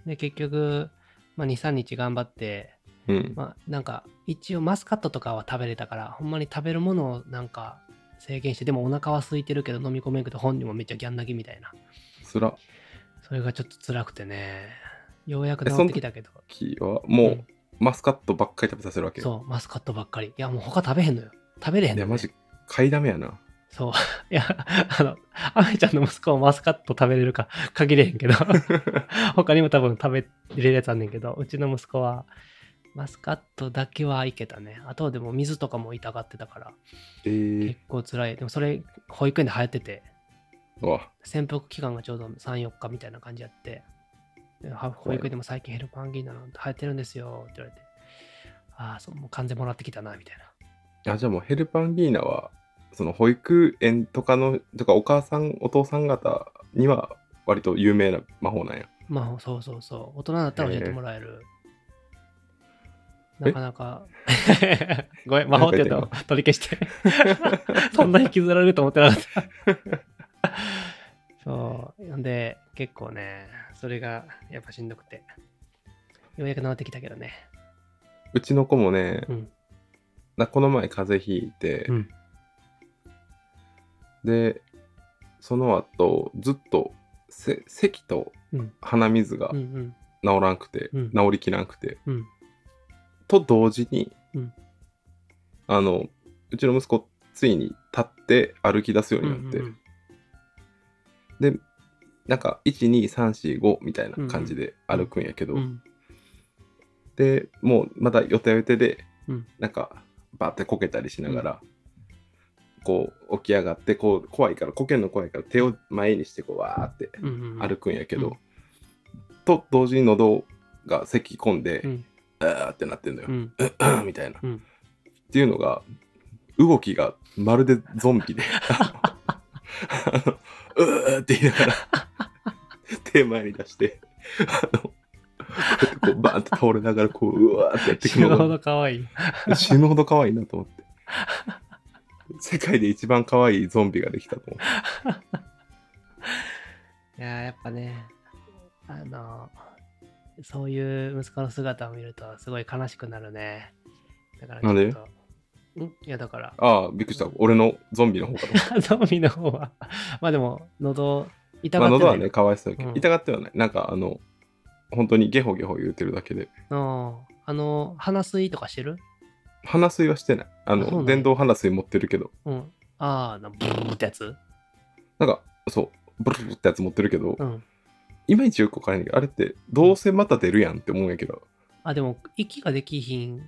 Speaker 1: で、結局、まあ、2、3日頑張って、
Speaker 2: うん。
Speaker 1: まあ、なんか、一応マスカットとかは食べれたから、ほんまに食べるものをなんか、制限して、でもお腹は空いてるけど飲み込めんくて本人もめっちゃギャン泣きみたいな。
Speaker 2: つら
Speaker 1: それがちょっと辛くてね。ようやく
Speaker 2: え
Speaker 1: 治
Speaker 2: そ
Speaker 1: っ
Speaker 2: ん
Speaker 1: てきたけど。
Speaker 2: きはもう、
Speaker 1: うん
Speaker 2: マスカットばっかり食べさせるわけ
Speaker 1: そう、マスカットばっかり。いや、もう他食べへんのよ。食べれへんの
Speaker 2: い
Speaker 1: よ
Speaker 2: や
Speaker 1: ね、
Speaker 2: マジ買いだめやな
Speaker 1: そう。 [LAUGHS] いや、あの、アメちゃんの息子もマスカット食べれるか [LAUGHS] 限れへんけど、他にも多分食べれるやつあんねんけど、うちの息子は、マスカットだけはいけたね。あとはでも水とかも痛がってたから、
Speaker 2: えー
Speaker 1: 結、構辛い。でもそれ、保育園で流行ってて、
Speaker 2: うわ
Speaker 1: 潜伏期間がちょうど3、4日みたいな感じやって、では保育園でも最近ヘルパンギーナなんて流行ってるんですよって言われて、ああ、そうもう完全もらってきたな、みたいな。
Speaker 2: あじゃあもうヘルパンギーナはその保育園とかのとかお母さんお父さん方には割と有名な魔法なんや
Speaker 1: まあそうそうそう大人だったら教えてもらえる、な
Speaker 2: え
Speaker 1: かな
Speaker 2: [LAUGHS]
Speaker 1: かごめん魔法って言うと取り消して [LAUGHS] そんなに削られると思ってなかった [LAUGHS] そうなんで結構ねそれがやっぱしんどくてようやく治ってきたけどね
Speaker 2: うちの子もね、
Speaker 1: うん
Speaker 2: なこの前風邪ひいて、
Speaker 1: うん
Speaker 2: でその後ずっとせ咳と
Speaker 1: うん
Speaker 2: 鼻水が
Speaker 1: うんうん
Speaker 2: 治らんくて、
Speaker 1: うん
Speaker 2: 治りきらんくて
Speaker 1: うん
Speaker 2: と同時に、
Speaker 1: うん
Speaker 2: あのうちの息子ついに立って歩き出すよう
Speaker 1: う
Speaker 2: に
Speaker 1: ん
Speaker 2: なって、
Speaker 1: うん
Speaker 2: でなんか12345みたいな感じで歩くんやけど、
Speaker 1: うん
Speaker 2: でもうまた予定予定で、
Speaker 1: うん
Speaker 2: なんかバーってこけたりしながら、こう起き上がってこう怖いからこけるの怖いから手を前にしてこうわーって
Speaker 1: うんうんうん
Speaker 2: 歩くんやけど、
Speaker 1: うん
Speaker 2: と同時に喉が咳き込んで、
Speaker 1: うん
Speaker 2: あーってなってんのよ
Speaker 1: う、ん
Speaker 2: みたいな、
Speaker 1: うん
Speaker 2: っていうのが動きがまるでゾン
Speaker 1: [LAUGHS]
Speaker 2: ビであのうーって言いながら手前に出してあのこうやってこうバーンって倒れながらこううわーってやってく
Speaker 1: 死 [LAUGHS] ぬ
Speaker 2: の
Speaker 1: ほ
Speaker 2: が
Speaker 1: ど可愛い
Speaker 2: 死ぬほど可愛いなと思って世界で一番可愛いゾンビができたと思って
Speaker 1: いやーやっぱねあのそういう息子の姿を見るとすごい悲しくなるねだからちょっと
Speaker 2: なん
Speaker 1: ん
Speaker 2: で
Speaker 1: いやだから
Speaker 2: ああびっくりした俺のゾンビの方かと思
Speaker 1: [LAUGHS]
Speaker 2: った
Speaker 1: ゾンビの方はまあでも喉痛
Speaker 2: ま
Speaker 1: が
Speaker 2: あ、
Speaker 1: って
Speaker 2: 喉
Speaker 1: な、
Speaker 2: はいねかわいそうだけど、
Speaker 1: うん
Speaker 2: 痛がってはないなんかあの本当にゲホゲホ言うてるだけで
Speaker 1: うんあの鼻水とかしてる
Speaker 2: 鼻水はしてないあ
Speaker 1: あそうな
Speaker 2: の
Speaker 1: んや
Speaker 2: 電動鼻水持ってるけど
Speaker 1: うんああなブーってやつ
Speaker 2: なんか、そう、ブルブルってやつ持ってるけど、
Speaker 1: うん
Speaker 2: いまいちよくわからんけど、あれって、どうせまた出るやんって思うんやけど、
Speaker 1: あでも息ができひん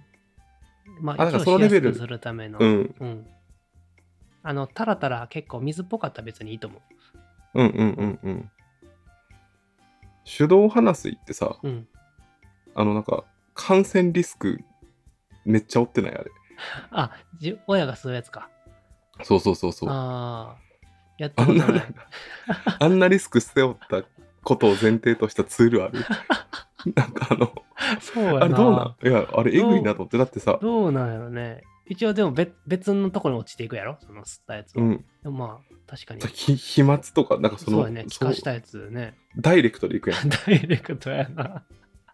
Speaker 1: ま
Speaker 2: あ
Speaker 1: あ
Speaker 2: だ
Speaker 1: 息
Speaker 2: から
Speaker 1: を
Speaker 2: その
Speaker 1: し
Speaker 2: レ
Speaker 1: や
Speaker 2: ベ
Speaker 1: す
Speaker 2: ル
Speaker 1: くするための
Speaker 2: うん、うん、
Speaker 1: うんあのタラタラ結構水っぽかったら別にいいと思
Speaker 2: うん、うん、うん。手動鼻水ってさ、
Speaker 1: ううん
Speaker 2: あの、なんか、感染リスク、めっちゃ負ってないあれ。
Speaker 1: あじ親が吸うやつか
Speaker 2: そうそうそうそう。
Speaker 1: あ
Speaker 2: あ
Speaker 1: あ。やったこと
Speaker 2: んな、
Speaker 1: な
Speaker 2: ないん。か [LAUGHS] あんなリスク背負ったことを前提としたツール
Speaker 1: [LAUGHS]
Speaker 2: あるなんかあの、
Speaker 1: そうやな。
Speaker 2: あれどうなんいや、あれ、えぐいなと思って、だってさ、
Speaker 1: どうなんやろね。一応でも別別のところに落ちていくやろその吸ったやつ
Speaker 2: う
Speaker 1: は。
Speaker 2: ん、
Speaker 1: でもまあ、確かに。
Speaker 2: ひ [LAUGHS] 飛沫とか、なんかそ
Speaker 1: そう
Speaker 2: の、
Speaker 1: やね。気
Speaker 2: そう
Speaker 1: 化したやつね。
Speaker 2: ダイレクトでいくやん。
Speaker 1: ダイレクトやな。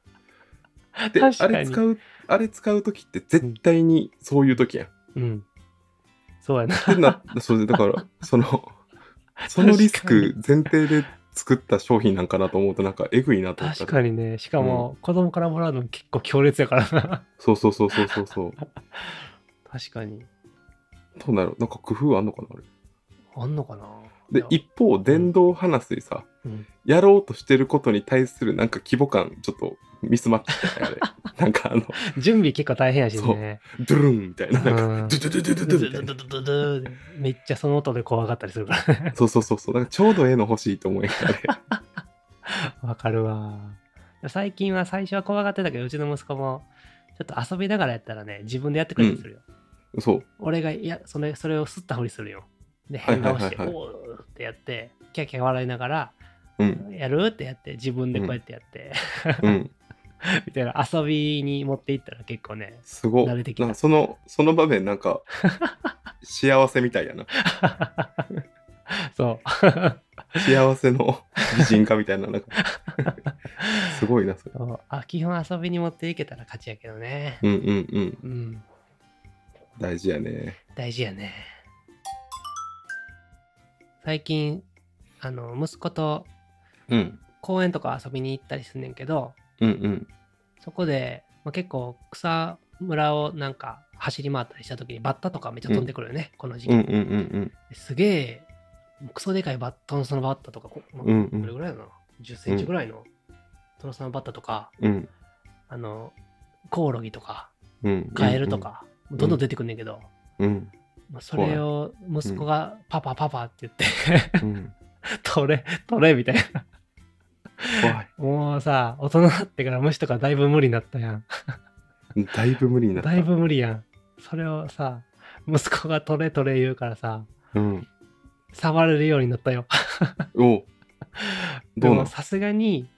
Speaker 1: [LAUGHS]
Speaker 2: で
Speaker 1: 確か
Speaker 2: あ
Speaker 1: に
Speaker 2: れ使うあれ使う時って絶対にそういう時や
Speaker 1: う
Speaker 2: ん。
Speaker 1: ん。そうやな。
Speaker 2: ってなそれだからそ
Speaker 1: [LAUGHS]
Speaker 2: のそのリスク前提で作った商品なんかなと思うとなんかえぐいなと思った
Speaker 1: 確かにね。しかも、子供からもらうの結構強烈やからな。
Speaker 2: そうそうそうそうそ
Speaker 1: [LAUGHS]
Speaker 2: うそう
Speaker 1: 確かに。
Speaker 2: どうなるなんか工夫あんのかなあれ
Speaker 1: あんのかな
Speaker 2: で一方電動鼻水さ、
Speaker 1: うん
Speaker 2: やろうとしてることに対するなんか規模感ちょっとミスマッチじ
Speaker 1: [LAUGHS]
Speaker 2: ゃないあれなんかあの
Speaker 1: 準備結構大変やしね。
Speaker 2: ドゥルンみたいななんか
Speaker 1: うん
Speaker 2: ドゥドゥドゥドゥドゥみたいな
Speaker 1: めっちゃその音で怖かったりするからね。
Speaker 2: そうそうそうそうなんかちょうどええの欲しいと思いなが
Speaker 1: [LAUGHS]
Speaker 2: らあれ
Speaker 1: わかるわ。最近は最初は怖がってたけど、うちの息子も、ちょっと遊びながらやったらね、自分でやってくれたりするよ。
Speaker 2: そう
Speaker 1: 俺が、いや、それ、それを吸ったふりするよ。で、変顔して、
Speaker 2: はいはい
Speaker 1: おーってやって、キャーキャー笑いながら、
Speaker 2: うん
Speaker 1: やるってやって、自分でこうやってやって、
Speaker 2: うん
Speaker 1: [LAUGHS] みたいな遊びに持っていったら結構
Speaker 2: [LAUGHS]
Speaker 1: ね、
Speaker 2: すごい。
Speaker 1: 慣れてきた
Speaker 2: なんかその、その場面、なんか、幸せみたいやな。
Speaker 1: そう。
Speaker 2: 幸せの美人化みたい
Speaker 1: [LAUGHS]
Speaker 2: な、なんか、すごいな、それ。
Speaker 1: そうあ基本遊びに持っていけたら勝ちやけどね。
Speaker 2: うんうんうん。
Speaker 1: うん、
Speaker 2: 大事やね。
Speaker 1: 大事やね。最近、あの、息子と
Speaker 2: うん。
Speaker 1: 公園とか遊びに行ったりすんねんけど、
Speaker 2: うんうん。
Speaker 1: そこで、まあ、結構草むらをなんか走り回ったりした時にバッタとかめっちゃ飛んでくるよね、この時期。
Speaker 2: うんうんうん
Speaker 1: すげえ、クソでかいバットのそのバッタとか、こまあ
Speaker 2: うん。うんう
Speaker 1: これ
Speaker 2: ん
Speaker 1: ぐらいだな。10センチぐらいのトノサマバッタとか、
Speaker 2: うん。
Speaker 1: あの、コオロギとか、
Speaker 2: うん。
Speaker 1: カエルと。か、
Speaker 2: ん
Speaker 1: どんどん出てくんねんけど、
Speaker 2: うん。
Speaker 1: まあ、それを息子がパパパパって言 [LAUGHS] って、
Speaker 2: うん。
Speaker 1: 取れ、取れみたいな。
Speaker 2: 怖い。
Speaker 1: もうさ、大人になってから虫とかだいぶ無理になったやん。
Speaker 2: だいぶ無理になった。
Speaker 1: だい。ぶ無理やん。それをさ、息子が取れ取れ言うからさ、
Speaker 2: うん。
Speaker 1: 触れるようになったよ。
Speaker 2: おう
Speaker 1: で
Speaker 2: どうな
Speaker 1: も
Speaker 2: ん
Speaker 1: さすがに、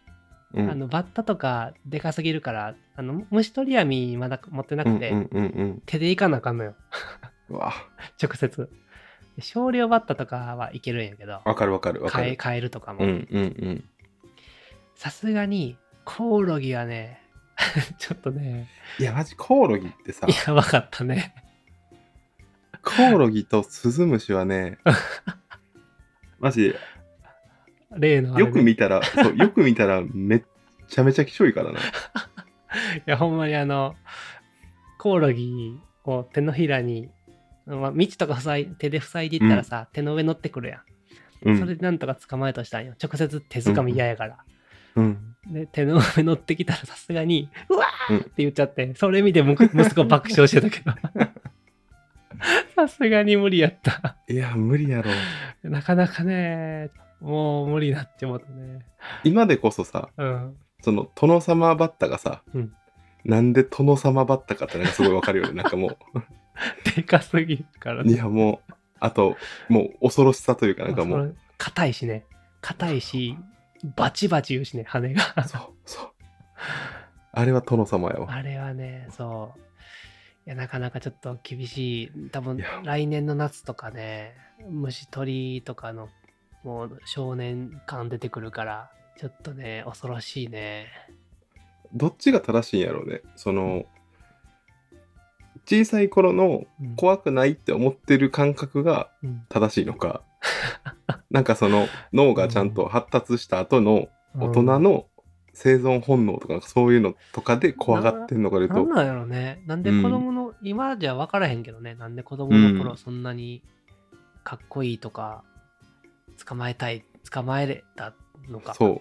Speaker 2: うん。
Speaker 1: あのバッタとかでかすぎるから、あの虫取り網まだ持ってな
Speaker 2: う
Speaker 1: く
Speaker 2: んうん
Speaker 1: て、
Speaker 2: うんうん。
Speaker 1: 手でいかなあかんのよ。
Speaker 2: うわ。
Speaker 1: 直接。少量バッタとかはいけるんやけど、
Speaker 2: わかるわかるわか
Speaker 1: カエ
Speaker 2: る。
Speaker 1: カエルとか
Speaker 2: う
Speaker 1: も。
Speaker 2: んうん
Speaker 1: さすがに、コオロギはね、 [LAUGHS] ちょっとね、
Speaker 2: うん。いや、マジコオロギってさ、
Speaker 1: やばかったね。
Speaker 2: コオロギとスズムシは
Speaker 1: [LAUGHS]
Speaker 2: ね、マジ、
Speaker 1: 例のあれね
Speaker 2: よく見たら、そうよく見たらめっちゃめちゃ貴重いからな。
Speaker 1: いや、ほんまにあの、コオロギを手のひらに、まあ、道とか塞い手で塞いでいったらさ、手の上乗ってくるやん。
Speaker 2: うん。
Speaker 1: [LAUGHS] それでなんとか捕まえとしたんよ。直接手づかみ嫌やから。
Speaker 2: うん。
Speaker 1: で、手の上乗ってきたらさすがに、うわ
Speaker 2: うん
Speaker 1: ーって言っちゃって、それ見てむく息子爆笑してたけど。 [LAUGHS] さすがに無理やった。
Speaker 2: いや、無理やろ。
Speaker 1: なかなかね、もう無理だって思ったね。
Speaker 2: 今でこそさ、
Speaker 1: うん。
Speaker 2: その殿様バッタがさ、
Speaker 1: うん
Speaker 2: なんで殿様バッタかってなんかすごいわかる
Speaker 1: [LAUGHS]
Speaker 2: よねなんかも
Speaker 1: でかすぎるから
Speaker 2: ういやもうあともう恐ろしさというかなんかも
Speaker 1: まあ
Speaker 2: う
Speaker 1: それ硬いしね硬いしバチバチ言うしね羽が
Speaker 2: そうそうあれは殿様やわ
Speaker 1: あれはねそういやなかなかちょっと厳しい多
Speaker 2: い
Speaker 1: 分
Speaker 2: や
Speaker 1: 来年の夏とかね虫取りとかのもう少年感出てくるからちょっとね恐ろしいね
Speaker 2: どっちが正しいんやろうねその小さい頃の
Speaker 1: うん
Speaker 2: 怖くないって思ってる感覚が
Speaker 1: うん
Speaker 2: 正しい
Speaker 1: [LAUGHS]
Speaker 2: のかなんかその脳がちゃんと発達した後の大人の生存本能とかそういうのとかで怖がってんのかで言う
Speaker 1: な
Speaker 2: と
Speaker 1: んなんやろねなんで子供の、今じゃ分からへんけどねなんで子供の
Speaker 2: う
Speaker 1: 頃
Speaker 2: ん
Speaker 1: そんなにかっこいいとか捕まえたい捕まえれたのか
Speaker 2: そう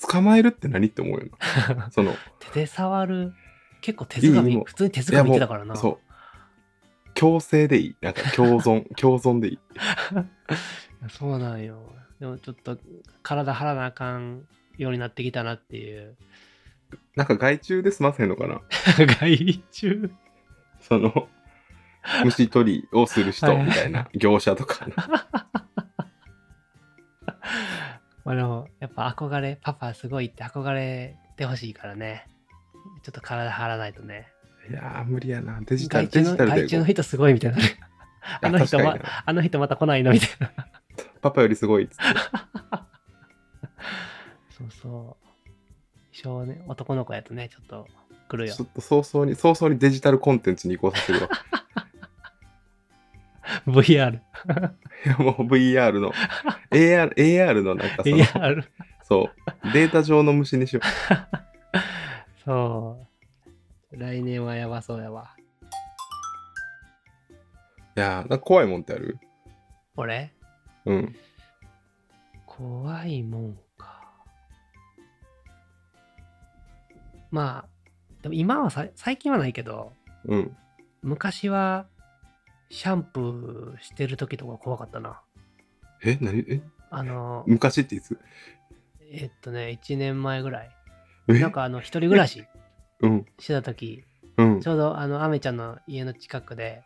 Speaker 2: 捕まえるって何って思うよなその
Speaker 1: [LAUGHS] 手で触る結構手づか
Speaker 2: いい
Speaker 1: み
Speaker 2: もう
Speaker 1: 普通に手づかみってたからな
Speaker 2: そう強制でいいなんか共存共存でいい
Speaker 1: そうなんよでもちょっと体張らなあかんようになってきたなっていう
Speaker 2: [LAUGHS] なんか害虫で済ませんのかな
Speaker 1: 害虫
Speaker 2: そ
Speaker 1: [LAUGHS]
Speaker 2: の虫取りをする人
Speaker 1: はい
Speaker 2: みたいな業者とか
Speaker 1: まあでもやっぱ憧れパパすごいって憧れてほしいからねちょっと体張らないとね
Speaker 2: いやー無理やなデジタ
Speaker 1: 害
Speaker 2: ル
Speaker 1: 虫
Speaker 2: デ
Speaker 1: の
Speaker 2: ジタル
Speaker 1: 害
Speaker 2: で
Speaker 1: 虫の人すごいみたいなあの
Speaker 2: 確
Speaker 1: 人
Speaker 2: かに
Speaker 1: は
Speaker 2: な
Speaker 1: あの人また来ないのみたいな
Speaker 2: パパよりすごいっつって
Speaker 1: そうそう少年男の子やとねちょっと来るよ
Speaker 2: ちょっと早々に早々にデジタルコンテンツに移行させ
Speaker 1: [LAUGHS]
Speaker 2: るわ
Speaker 1: VR
Speaker 2: いやもう VR の AR, AR のなんかその
Speaker 1: AR
Speaker 2: そうデータ上の虫にしよ
Speaker 1: そう。来年はやばそうやわ。
Speaker 2: ういやーなんか怖いもんってある
Speaker 1: 俺
Speaker 2: うん
Speaker 1: 怖いもんか。まあ、でも今はさ最近はないけど、
Speaker 2: うん
Speaker 1: 昔はシャンプーしてる時とか怖かったな。
Speaker 2: え何え
Speaker 1: あの、
Speaker 2: 昔っていつ
Speaker 1: えっとね、1年前ぐらい。
Speaker 2: え
Speaker 1: なんかあの、一人暮らし
Speaker 2: うん
Speaker 1: してた時、
Speaker 2: うん
Speaker 1: ちょうどあの、アメちゃんの家の近くで、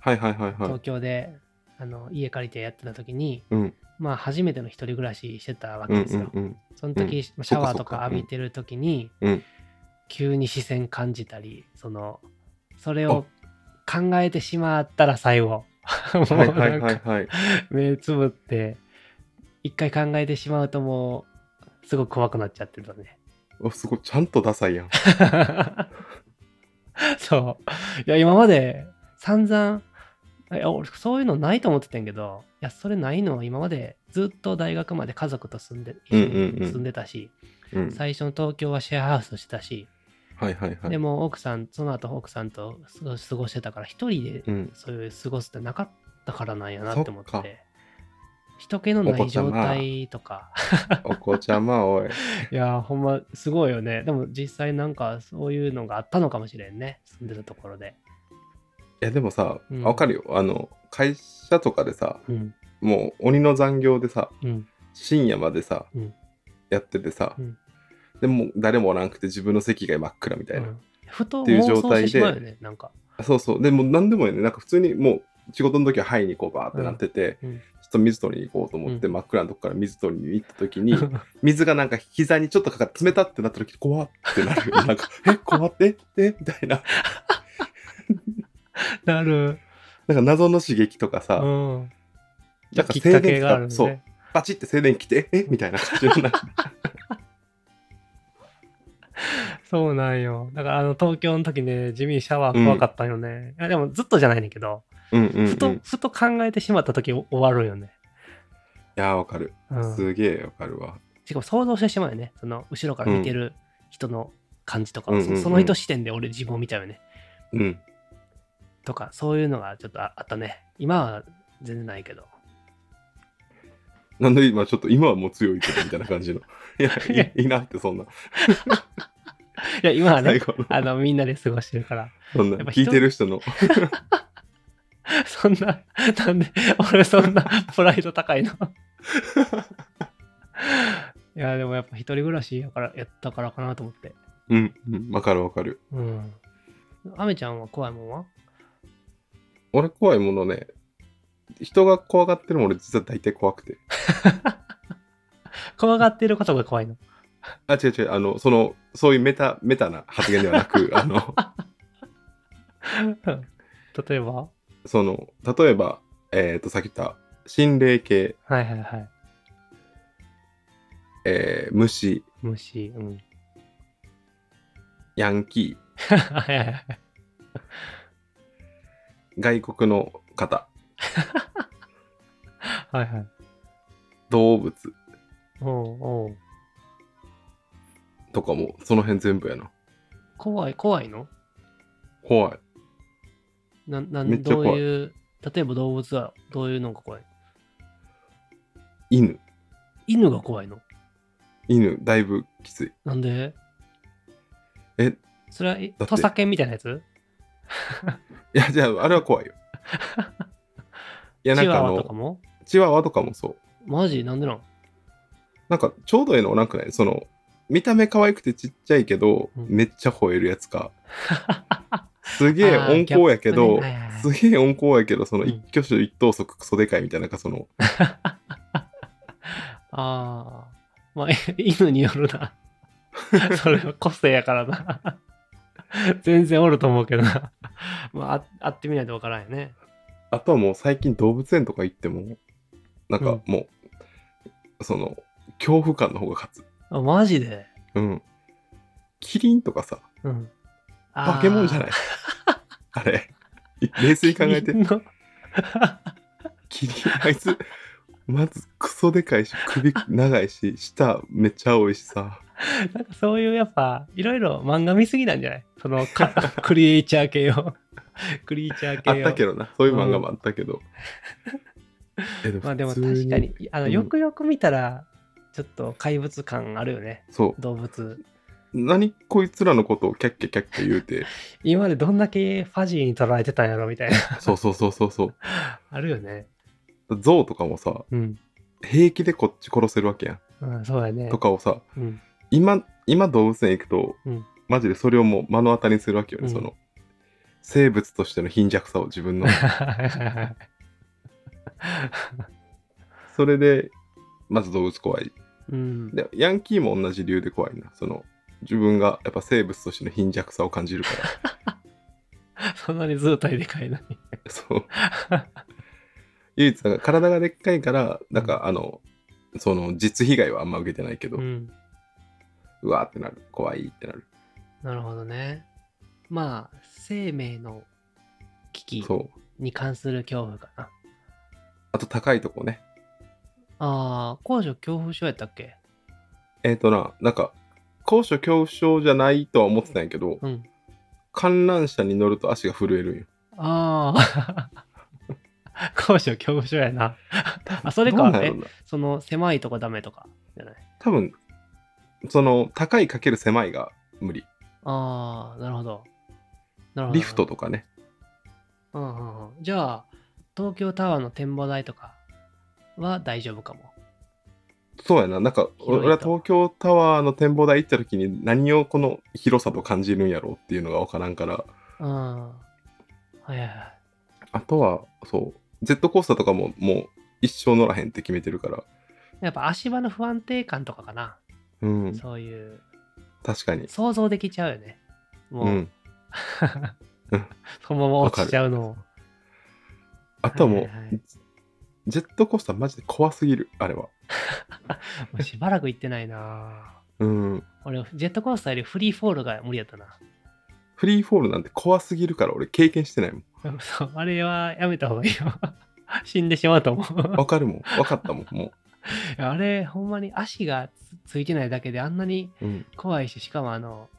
Speaker 2: はいはいはいはい
Speaker 1: 東京で、あの家借りてやってた時に、
Speaker 2: うん
Speaker 1: まあ初めての一人暮らししてたわ
Speaker 2: う
Speaker 1: け
Speaker 2: ん
Speaker 1: です
Speaker 2: う
Speaker 1: よ。
Speaker 2: んうん
Speaker 1: その時、
Speaker 2: うん
Speaker 1: シャワー
Speaker 2: そ
Speaker 1: と
Speaker 2: っかそ
Speaker 1: か
Speaker 2: っか
Speaker 1: 浴びてる時に、
Speaker 2: うん
Speaker 1: 急に視線感じたりそのそれを考えてしまったら最後もう
Speaker 2: はいは
Speaker 1: な
Speaker 2: いは
Speaker 1: ん
Speaker 2: い
Speaker 1: か
Speaker 2: はい
Speaker 1: [LAUGHS] 目つぶって一回考えてしまうともうすごく怖くなっちゃってたね [LAUGHS]
Speaker 2: おすごいちゃんとダサいやん
Speaker 1: そういや今まで散々いや俺そういうのないと思ってたんやけどいやそれないのは今までずっと大学まで家族と住んで一緒
Speaker 2: うんうんうん
Speaker 1: に住んでたし、
Speaker 2: うん、
Speaker 1: 最初の東京はシェアハウスしてたし、
Speaker 2: はいはいはい。
Speaker 1: でも奥さんその後奥さんと過ご過ごしてたから一人で
Speaker 2: うん、
Speaker 1: そういう過ごすってなかったからなんやなって思っ
Speaker 2: そっか
Speaker 1: て人気のな
Speaker 2: お子
Speaker 1: い
Speaker 2: ちゃ
Speaker 1: 状
Speaker 2: ま
Speaker 1: 態とか
Speaker 2: お子ちゃま、おい。
Speaker 1: [LAUGHS] いやーほんますごいよねでも実際なんかそういうのがあったのかもしれんね住んでたところで
Speaker 2: いやでもさ、
Speaker 1: うん
Speaker 2: わかるよ。あの、会社とかでさ、
Speaker 1: うん
Speaker 2: もう鬼の残業でさ、
Speaker 1: うん
Speaker 2: 深夜までさ、
Speaker 1: うん
Speaker 2: やっててさ、
Speaker 1: うん
Speaker 2: でもう誰もおらんくて自分の席が真っ暗みたいな。
Speaker 1: うんふと
Speaker 2: っていう
Speaker 1: 妄
Speaker 2: 状
Speaker 1: 想し
Speaker 2: 態で
Speaker 1: てしまうよねなんか
Speaker 2: そうそう。でもう何でもいいね。なんか普通にもう仕事の時は範囲にこうバーってなってて、
Speaker 1: うんうん
Speaker 2: ちょっと水取りに行こうと思って、
Speaker 1: う
Speaker 2: 真っ暗なとこから水取りに行った
Speaker 1: [LAUGHS]
Speaker 2: 時に、水がなんか膝にちょっとかかって冷たってなった時怖ってなるよ。なんか、え、怖ってえみたいな。
Speaker 1: なる
Speaker 2: なんか謎の刺激とかさ、
Speaker 1: うん
Speaker 2: なんか
Speaker 1: きっかけがある
Speaker 2: 静
Speaker 1: ね
Speaker 2: 電パチって静電気来て、えみたいな感じのなんか
Speaker 1: そうなんよだからあの東京の時ね地味にシャワー怖かったよね、いやでもずっとじゃないねんだけど
Speaker 2: うんうん、うん。
Speaker 1: ふと、
Speaker 2: い
Speaker 1: ふと考えてしまった時終わるよね、
Speaker 2: や、わかる。
Speaker 1: うん、
Speaker 2: すげえわかるわ。
Speaker 1: しかも想像してしまうよね。その後ろから見てる人の感じとか、
Speaker 2: うん
Speaker 1: そ
Speaker 2: うんうんうん
Speaker 1: その人視点で俺自分を見ちゃうよね。
Speaker 2: うん。
Speaker 1: とか、そういうのがちょっとああったね。今は全然ないけど。
Speaker 2: なんで今ちょっと今はもう強いけどみたいな感
Speaker 1: [LAUGHS]
Speaker 2: じの。いや、いいいなってそんな。
Speaker 1: いや、今は
Speaker 2: 最
Speaker 1: ね、
Speaker 2: 後の。
Speaker 1: あの、みんなで過ごしてるから。
Speaker 2: そんな
Speaker 1: やっぱ人
Speaker 2: 聞いてる人の。
Speaker 1: そんな、なんで、俺そんなプライド
Speaker 2: [LAUGHS]
Speaker 1: 高いの。いや、でもやっぱ一人暮らしやから、やったからかなと思って。
Speaker 2: うん、うんわかるわかる。
Speaker 1: うん。アメちゃんは怖いもんは
Speaker 2: 俺怖いものね、人が怖がってるのも俺実は大体怖くて。
Speaker 1: 怖がってることが怖いの。
Speaker 2: あ、違う違う、あの、その、そういうメタ、メタな発言ではな
Speaker 1: [LAUGHS]
Speaker 2: く、あの、
Speaker 1: うん例えばは
Speaker 2: その、例えば、えっ、と、さっき言った、心霊
Speaker 1: い
Speaker 2: 系、
Speaker 1: はいはい。
Speaker 2: えー虫、
Speaker 1: 虫。うん。
Speaker 2: ヤンキ
Speaker 1: はいはいはい。
Speaker 2: ー、外国の方、
Speaker 1: はいはい。
Speaker 2: 動物
Speaker 1: おうおう
Speaker 2: とかも、その辺全部やな。
Speaker 1: 怖い、怖いの
Speaker 2: 怖い。
Speaker 1: な、な
Speaker 2: めっ
Speaker 1: ん、
Speaker 2: ちゃ
Speaker 1: ど
Speaker 2: 怖
Speaker 1: う
Speaker 2: い
Speaker 1: いう、例えば動物はどういうのが怖い
Speaker 2: 犬、
Speaker 1: 犬が怖いの
Speaker 2: 犬、だいぶきつい。
Speaker 1: なんで
Speaker 2: え
Speaker 1: それは、え
Speaker 2: て
Speaker 1: 土佐犬みたいなやつ
Speaker 2: いや、じゃあ、あれ
Speaker 1: [LAUGHS]
Speaker 2: は怖いよ。いや、なん
Speaker 1: チ
Speaker 2: かあ
Speaker 1: ワワとか
Speaker 2: の、
Speaker 1: も
Speaker 2: チワワとかもそう。
Speaker 1: マジなんでなん
Speaker 2: なんかちょうどええのおらんくないその見た目可愛くてちっちゃいけど、
Speaker 1: うん
Speaker 2: めっちゃ吠えるや
Speaker 1: [LAUGHS]
Speaker 2: つかすげえ温厚やけど、
Speaker 1: あーギャップねはいはいはい
Speaker 2: すげえ温厚やけどその
Speaker 1: うん
Speaker 2: 一挙手一投足クソでかいみたいななんかその
Speaker 1: ああ。まあ、 [LAUGHS] え犬によるな。 [LAUGHS] それは個性やからな。 [LAUGHS] 全然おると思うけどな。 [LAUGHS] まあ、あ会ってみないとわからんよね。
Speaker 2: あとはもう最近動物園とか行ってもなん
Speaker 1: う
Speaker 2: か
Speaker 1: ん
Speaker 2: もう、その恐怖感の方が勝つ
Speaker 1: あマジで
Speaker 2: うんキリンとかさ
Speaker 1: うん。
Speaker 2: 化け物じ
Speaker 1: [LAUGHS]
Speaker 2: ゃないあれ冷静に考えて
Speaker 1: 君の
Speaker 2: キリンあいつまずクソでかいし首長いし舌めっちゃ多いしさ
Speaker 1: なんかそういうやっぱいろいろ漫画見すぎなんじゃないそのか [LAUGHS] クリエイチャー系を [LAUGHS] クリエイチャー系
Speaker 2: あ
Speaker 1: を
Speaker 2: ったけどなそういう漫画もあったけど、え
Speaker 1: まあでも
Speaker 2: 普通
Speaker 1: 確かにあの
Speaker 2: うん
Speaker 1: よくよく見たらちょっと怪物感あるよね
Speaker 2: そう
Speaker 1: 動物
Speaker 2: 何こいつらのことをキャッキャキャッキャ言
Speaker 1: [LAUGHS]
Speaker 2: うて
Speaker 1: 今までどんだけファジーに捉えてたんやろみたいな [LAUGHS]
Speaker 2: そうそうそうそうそう
Speaker 1: あるよね
Speaker 2: ゾウとかもさ
Speaker 1: うん、
Speaker 2: 平気でこっち殺せるわけやん
Speaker 1: うん、そうやね
Speaker 2: とかをさ
Speaker 1: [LAUGHS] うん
Speaker 2: 今今動物園行くと、
Speaker 1: うん
Speaker 2: マジでそれをもう目の当たりにするわけよね、
Speaker 1: うん
Speaker 2: その生物としての貧弱さを自
Speaker 1: [LAUGHS]
Speaker 2: 分のそれでまず動物怖い
Speaker 1: うん、
Speaker 2: でヤンキーも同じ理由で怖いなその自分がやっぱ生物としての貧弱さを感じるから
Speaker 1: そんなに図体でかいのに [LAUGHS]
Speaker 2: そう唯一なんか体がでっかいからなんかあのその実被害はあんま受けてないけど、う
Speaker 1: うん
Speaker 2: わーってなる怖いってなる
Speaker 1: なるほどねまあ生命の危機
Speaker 2: そう
Speaker 1: に関する恐怖かな。
Speaker 2: あと高いとこね。
Speaker 1: ああ、高所恐怖症やったっけ
Speaker 2: えっ、とな、なんか、高所恐怖症じゃないとは思ってたんやけど、
Speaker 1: うん。
Speaker 2: 観覧車に乗ると足が震えるんよ。
Speaker 1: ああ。高所恐怖症やな。 [LAUGHS] あ、それ
Speaker 2: どう
Speaker 1: か、
Speaker 2: なん
Speaker 1: え
Speaker 2: やろ、な
Speaker 1: その狭いとこダメとかじゃない。
Speaker 2: 多分、その、高いかける狭いが無理。
Speaker 1: ああ、なるほど。なるほど。
Speaker 2: リフトとかね。
Speaker 1: うんうんうん。じゃあ、東京タワーの展望台とかは大丈夫かも。
Speaker 2: そうやな。なんか、
Speaker 1: 広いと
Speaker 2: 俺は東京タワーの展望台行った時に何をこの広さと感じるんやろうっていうのがわからんから、
Speaker 1: うん。はいはいはい。
Speaker 2: あとは、そう、ジェットコースターとかももう一生乗らへんって決めてるから、
Speaker 1: やっぱ足場の不安定感とかかな。
Speaker 2: うん、
Speaker 1: そういう、
Speaker 2: 確かに。
Speaker 1: 想像できちゃうよね。もう、
Speaker 2: うん。
Speaker 1: そのまま落ちちゃうのを。
Speaker 2: あとはもう、
Speaker 1: はいはい
Speaker 2: ジェットコースターマジで怖すぎる、あれは。
Speaker 1: [LAUGHS] もうしばらく行ってないな
Speaker 2: うん。
Speaker 1: 俺、ジェットコースターよりフリーフォールが無理やったな。 [LAUGHS]
Speaker 2: フリーフォールなんて怖すぎるから俺経験してないもん。
Speaker 1: そうあれはやめた方がいいよ。 [LAUGHS] 死んでしまうと思う。
Speaker 2: わかるもん。わかったもん。も
Speaker 1: いやあれ、ほんまに足がつついてないだけであんなに
Speaker 2: う。うん。
Speaker 1: 怖いし、しかもあの、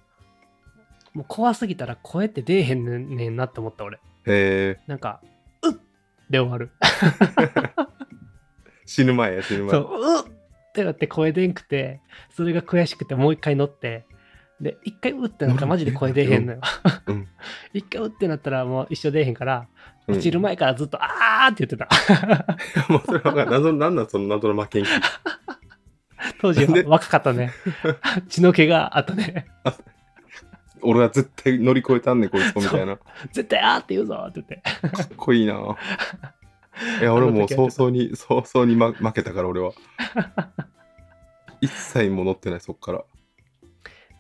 Speaker 1: もう怖すぎたら声って出えへんねんねんなって思った俺。
Speaker 2: え
Speaker 1: なんか、うっで終わる。
Speaker 2: ー、死ぬ前や死ぬ前。
Speaker 1: そう、うっってなって声出んくて、それが悔しくてもう一回乗って、で、一回うってなったらマジで声出えへんのよ
Speaker 2: うんうん。
Speaker 1: [LAUGHS] 一回うってなったらもう一生出えへんから、
Speaker 2: うん
Speaker 1: 落ちる前からずっと、あーって言ってた。
Speaker 2: [LAUGHS] もうそれはわかる謎のなんなんその謎の負けん気。
Speaker 1: 当時
Speaker 2: なん
Speaker 1: は
Speaker 2: で
Speaker 1: 若かったね。血の毛があったね。
Speaker 2: 俺は絶対乗り越えたんねんこいつみたいな。か
Speaker 1: 絶対あーって言うぞって言って。
Speaker 2: っこいいな。いや俺もう早々に早々に、ま、負けたから俺は。一切もう乗ってないそっから。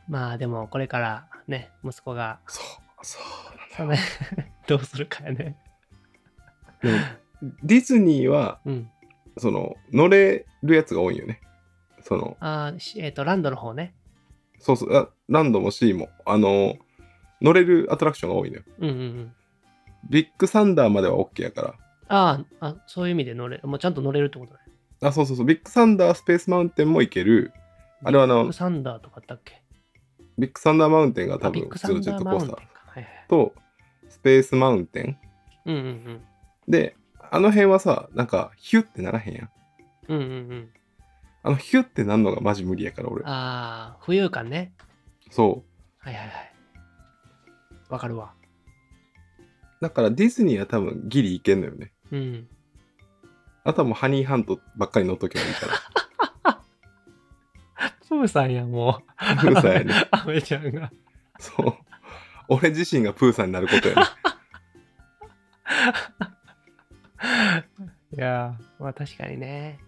Speaker 1: まあでもこれからね、息子が、
Speaker 2: そうそうなんだ
Speaker 1: そうね [LAUGHS] どうするかやね。
Speaker 2: でもディズニーは
Speaker 1: うん。
Speaker 2: その乗れるやつが多いよね。その
Speaker 1: あーしえっ、と、ランドの方ね。
Speaker 2: そうそうあランドもシーもあの乗れるアトラクションが多いのよ。
Speaker 1: うんうんうん。
Speaker 2: ビッグサンダーまでは OK やか
Speaker 1: あーあ、そういう意味で乗れ、もうちゃんと乗れるってことね。
Speaker 2: ら。あそうそうそうビッグサンダースペースマウンテンも行ける。あれはあ
Speaker 1: ビ
Speaker 2: の
Speaker 1: ッグサンダーとかあったっけ
Speaker 2: ビッグサンダーマウンテンが
Speaker 1: あ
Speaker 2: 多
Speaker 1: ビッ
Speaker 2: 分
Speaker 1: グ
Speaker 2: 普
Speaker 1: サ
Speaker 2: 通の
Speaker 1: ン
Speaker 2: ジェ
Speaker 1: ダ
Speaker 2: ッ
Speaker 1: ー
Speaker 2: ト
Speaker 1: マ
Speaker 2: コー
Speaker 1: ウン
Speaker 2: ス
Speaker 1: テン
Speaker 2: タ
Speaker 1: か
Speaker 2: ー。
Speaker 1: はいはい。
Speaker 2: とスペースマウンテン
Speaker 1: うんうん
Speaker 2: であの辺はさなんかヒュッてならへんやん
Speaker 1: うん。うんうんうん。
Speaker 2: あのヒュッてなんのがマジ無理やから俺
Speaker 1: ああ、浮遊感ね。
Speaker 2: そ
Speaker 1: はいはいはい。わかるわ。
Speaker 2: うだからディズニーは多分ギリいけんのよね
Speaker 1: うん。
Speaker 2: あとはもうハニーハントばっかり乗っとけばいいから
Speaker 1: [LAUGHS] プーさんや、も
Speaker 2: [LAUGHS]
Speaker 1: う。
Speaker 2: プーさんやね。
Speaker 1: アメちゃんが。
Speaker 2: そう俺自身がプーさんになることやね
Speaker 1: いやー、まあ確かにね。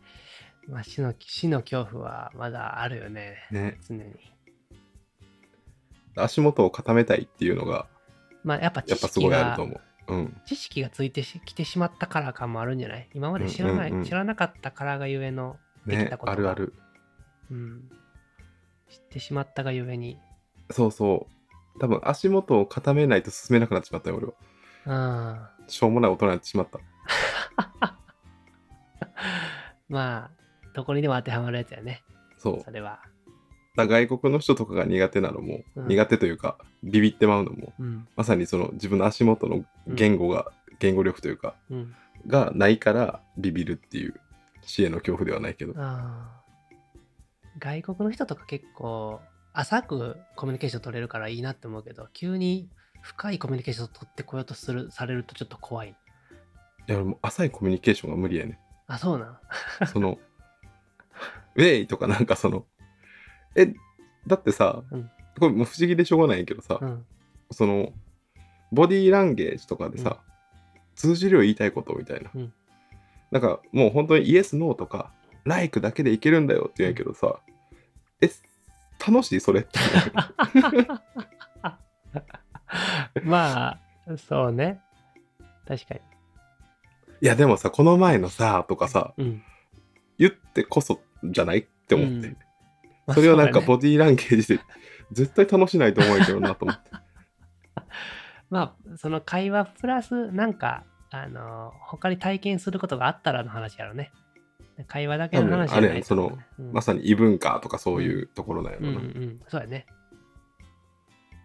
Speaker 1: まあ死の死の恐怖はまだあるよね。 [LAUGHS]
Speaker 2: ね
Speaker 1: 常に。
Speaker 2: 足元を固めたいっていうのが
Speaker 1: まあやっぱ知
Speaker 2: やっぱす
Speaker 1: 識
Speaker 2: ごいある
Speaker 1: が
Speaker 2: と、思ううん
Speaker 1: 知識がついてしきてしまったからかもあるんじゃない今まで知らない、
Speaker 2: うんうんうん
Speaker 1: 知らなかったからがゆえの、でき
Speaker 2: ね
Speaker 1: たことが
Speaker 2: あるある
Speaker 1: うん。知ってしまったがゆえに。
Speaker 2: そうそう多分足元を固めないと進めなくなってしまったよ俺は
Speaker 1: うん。
Speaker 2: しょうもない大人になってしまった
Speaker 1: まあ、どこにでも当てはまるやつやね。
Speaker 2: そう
Speaker 1: それは。
Speaker 2: だ外国の人とかが苦手なのも、
Speaker 1: うん
Speaker 2: 苦手というかビビってまうのも
Speaker 1: うん。
Speaker 2: まさにその自分の足元の言語が、言語力というか
Speaker 1: うん。
Speaker 2: がないからビビるっていう死への恐怖ではないけど
Speaker 1: あー外国の人とか結構、浅くコミュニケーション取れるからいいなって思うけど、急に深いコミュニケーションを取ってこようとする、されるとちょっと怖い。
Speaker 2: いや俺もう浅いコミュニケーションが無理やね
Speaker 1: あ、そうなん。
Speaker 2: その [LAUGHS] ウェイとかなんかそのえだってさ、
Speaker 1: うん
Speaker 2: これもう不思議でしょうがないけどさ、
Speaker 1: うん。
Speaker 2: そのボディーランゲージとかでさ、通じるよ言いたいことみたいな、
Speaker 1: うん
Speaker 2: なんかもう本当にイエスノーとかライクだけでいけるんだよって言うんやけどさ、え楽しいそ
Speaker 1: [LAUGHS]
Speaker 2: れって
Speaker 1: まあ、そうね。確かに。
Speaker 2: いやでもさこの前のさとかさ
Speaker 1: うん。
Speaker 2: 言ってこそじゃないって思って、
Speaker 1: うんまあ
Speaker 2: それをなんか
Speaker 1: うだね
Speaker 2: ボディーランゲージで絶対楽しな
Speaker 1: [LAUGHS]
Speaker 2: いと思うけどなと思って
Speaker 1: まあ、その会話プラス、なんか、あの、他に体験することがあったらの話やろね。会話だけ
Speaker 2: 多
Speaker 1: の
Speaker 2: 分
Speaker 1: 話じ
Speaker 2: あ
Speaker 1: ゃ
Speaker 2: れ
Speaker 1: ない
Speaker 2: やね
Speaker 1: と
Speaker 2: そ
Speaker 1: 思う
Speaker 2: の
Speaker 1: ね、うん
Speaker 2: まさに異文化とかそういうところなんや
Speaker 1: うん
Speaker 2: ろ
Speaker 1: うんう
Speaker 2: な。
Speaker 1: ん、そうやね。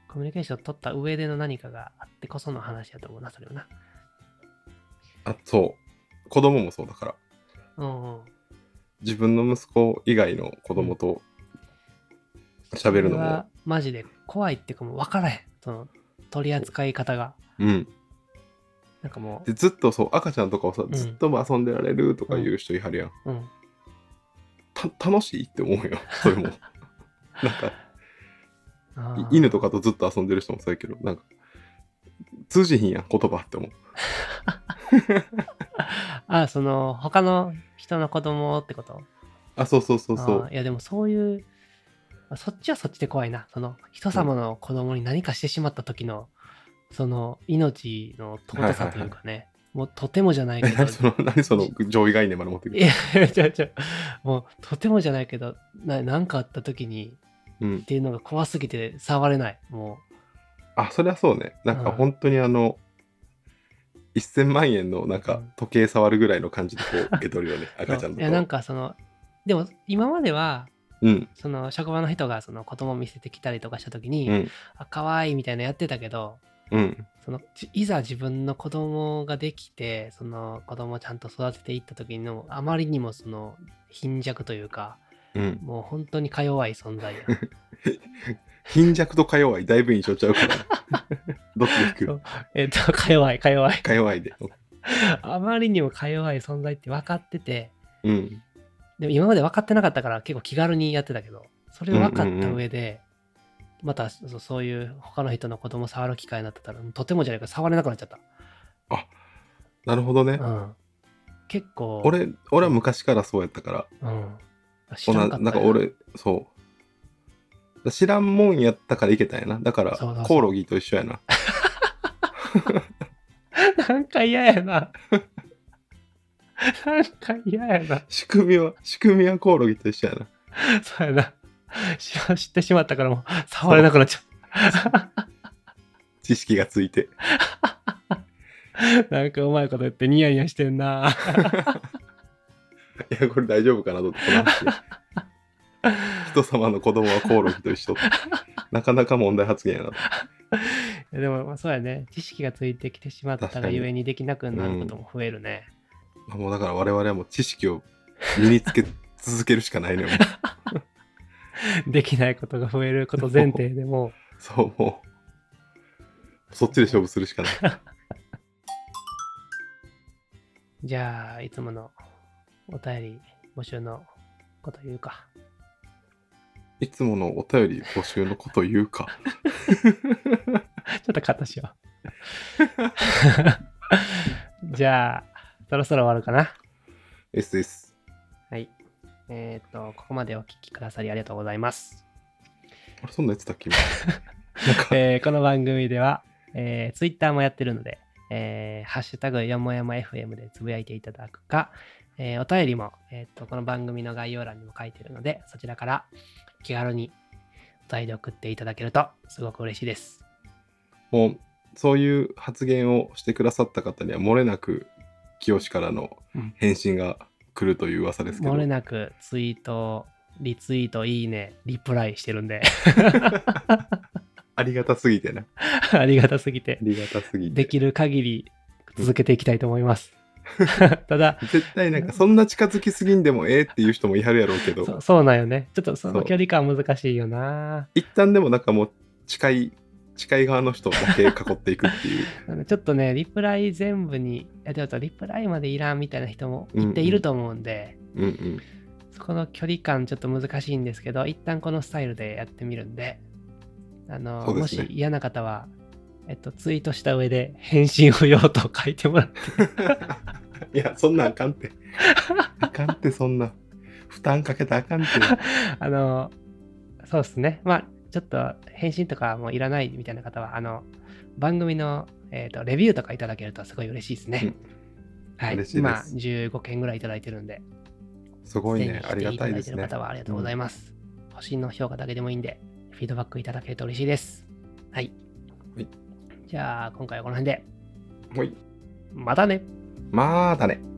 Speaker 1: コミュニケーションを取った上での何かがあってこその話やと思うな、それはな。
Speaker 2: あそう子供もそうだから
Speaker 1: うんうん。
Speaker 2: 自分の息子以外の子供と喋る
Speaker 1: そ
Speaker 2: の
Speaker 1: れは
Speaker 2: も、
Speaker 1: マジで怖いっていうかもう分からへん。その取り扱い方が。
Speaker 2: うん、
Speaker 1: なんかも
Speaker 2: でずっとそう赤ちゃんとかをさ
Speaker 1: ん
Speaker 2: ずっと遊んでられるとか言う人いはるやん、
Speaker 1: う、うん。
Speaker 2: た楽しいって思うよ
Speaker 1: [LAUGHS]
Speaker 2: それもなんか
Speaker 1: あ
Speaker 2: い
Speaker 1: ー
Speaker 2: 犬とかとずっと遊んでる人もそうやけどなんか通じひんやん言葉って思う
Speaker 1: あ、その、他の人の子供ってこと
Speaker 2: あそうそうそうそ
Speaker 1: あ
Speaker 2: う
Speaker 1: ーいや、でもそういう、あそっちはそっちで怖いな。その、人様の子供に何かしてしまった時の、その、命の尊さというかね、もうとてもじゃないけ
Speaker 2: え
Speaker 1: ど、
Speaker 2: 何 [LAUGHS] その何その上位概念まで持ってく
Speaker 1: い
Speaker 2: る、
Speaker 1: や、ちょちょ、もうとてもじゃないけど、ななんかあった時に
Speaker 2: うん
Speaker 1: っ、ていうのが怖すぎて触れない。も
Speaker 2: あそりゃそうねなんか本当にあの、1000万円のなんか時計触るぐらいの感じでこう受け取るよ
Speaker 1: [LAUGHS]
Speaker 2: ね
Speaker 1: う。
Speaker 2: 赤ちゃ
Speaker 1: い
Speaker 2: んとか
Speaker 1: や、
Speaker 2: は
Speaker 1: なんかその、でも今までは、
Speaker 2: うん
Speaker 1: その職場の人がその子供見せてきたりとかした時
Speaker 2: う
Speaker 1: に、
Speaker 2: ん
Speaker 1: あ、可愛いみたいなやってたけど、
Speaker 2: うん
Speaker 1: そのじいざ自分の子供ができて、その子供をちゃんと育てていった時の、あまりにもその貧弱というか、
Speaker 2: うん
Speaker 1: もう本当にか弱い存
Speaker 2: [LAUGHS]
Speaker 1: 在や。
Speaker 2: 貧弱とか弱いだいぶ印象ちゃう [LAUGHS] からどっちで
Speaker 1: そ
Speaker 2: 行
Speaker 1: うえっと、か弱い、か弱い
Speaker 2: く。か弱いで
Speaker 1: あまりにもか弱い存在って分かってて、
Speaker 2: うん
Speaker 1: でも今まで分かってなかったから結構気軽にやってたけど、それを分かった上で、またそそういう他の人の子供触る機会になってたら、とてもじゃないから触れなくなっちゃった。
Speaker 2: なるほどね、
Speaker 1: うん、結構、
Speaker 2: 俺俺は昔からそうやったから
Speaker 1: うん、知
Speaker 2: お
Speaker 1: ら
Speaker 2: な
Speaker 1: かった
Speaker 2: なんか、俺そう知らんもんやったからいけたんやなだか
Speaker 1: そ
Speaker 2: ら
Speaker 1: うそうそう
Speaker 2: コオロギと一緒やな
Speaker 1: [LAUGHS] なんか嫌やな。 [LAUGHS] なんか嫌やな。
Speaker 2: 仕組みは仕組みはコオロギと一緒やな
Speaker 1: そうやな。知ら知ってしまったからもう触れなくなっちゃった。
Speaker 2: 知識がついて
Speaker 1: なんかうまいこと言ってニヤニヤしてんな。
Speaker 2: いや、これ大丈夫か
Speaker 1: [LAUGHS]
Speaker 2: なと思って、この話人様の子供はコオロギと一緒ってなかなか問題発言やなと。
Speaker 1: [LAUGHS] いやでもまあそうやね知識がついてきてしまった
Speaker 2: 確か
Speaker 1: が
Speaker 2: に
Speaker 1: ゆえにできなくなることも増えるね、
Speaker 2: まあもうだから我々はもう知識を身につけ続けるしか [LAUGHS] ないのよ。もう
Speaker 1: できないことが増えること前提でも
Speaker 2: そう、もう。そっちで勝負するしかない。
Speaker 1: う [LAUGHS] じゃあいつものお便り募集のこと言うか
Speaker 2: いつものお便り募集のこと言うか。
Speaker 1: ちょっとカットしよう [LAUGHS] じゃあそろそろ終わるかな
Speaker 2: S です。
Speaker 1: はいえっ、とここまでお聞きくださりありがとうございます
Speaker 2: あれ、そんなんやつだっけ今なんか、
Speaker 1: えーこの番組では、えー、Twitter もやってるので、えーハッシュタグよもやま FM でつぶやいていただくか、えーお便りも、えー、とこの番組の概要欄にも書いてるので、そちらから気軽にお便り送っていただけるとすごく嬉しいです。
Speaker 2: もう、そういう発言をしてくださった方には、漏れなく、清からの返信が来るという噂ですけど。
Speaker 1: 漏れなくツイート、リツイート、いいね、リプライしてるんで、 [LAUGHS]
Speaker 2: ありがたすぎてな。
Speaker 1: ありがたすぎて
Speaker 2: あ、りがたすぎて。
Speaker 1: できる限り続けていきたいと思います。 [LAUGHS] ただ、
Speaker 2: 絶対なんかそんな近づきすぎんでもええっていう人もいはるやろうけ
Speaker 1: そ
Speaker 2: ど
Speaker 1: そうなんよね。ちょっとそ
Speaker 2: そ
Speaker 1: の
Speaker 2: う
Speaker 1: 距離感難しいよな。
Speaker 2: 一旦でもなんかもう近い近い側の人だけ囲っていくっていう
Speaker 1: なのでちょっとね、リプライ全部に、えでもリプライまでいらんみたいな人も
Speaker 2: うんう
Speaker 1: い
Speaker 2: ん
Speaker 1: ていると思うんで、
Speaker 2: [LAUGHS] うんうん
Speaker 1: そこの距離感ちょっと難しいんですけど、一旦このスタイルでやってみるんで、あの、
Speaker 2: そう
Speaker 1: も
Speaker 2: ですね
Speaker 1: し嫌な方は、えっと、ツイートした上で返信不要と書いてもらって、
Speaker 2: [LAUGHS] いやそんなんあかんてあかんてそんな負担かけたらあかんて [LAUGHS]
Speaker 1: あの、そうですね。まあ、ちょっと返信とかもいらないみたいな方は、あの、番組の、えっとレビューとかいただけるとすごい嬉しいですね。はい、
Speaker 2: 嬉しいです
Speaker 1: 今15件ぐらいいただいてるんで、
Speaker 2: すごいね
Speaker 1: ぜ
Speaker 2: あり
Speaker 1: ひ
Speaker 2: が
Speaker 1: 来て
Speaker 2: たい
Speaker 1: だ
Speaker 2: で
Speaker 1: いて
Speaker 2: す
Speaker 1: る
Speaker 2: ね
Speaker 1: 方はありがとうございます。星の評価だけでもいいんで、フィードバックいただけると嬉しいです。はい。
Speaker 2: はい
Speaker 1: じゃあ、今回はこの辺で。
Speaker 2: はい
Speaker 1: またね
Speaker 2: まーだね。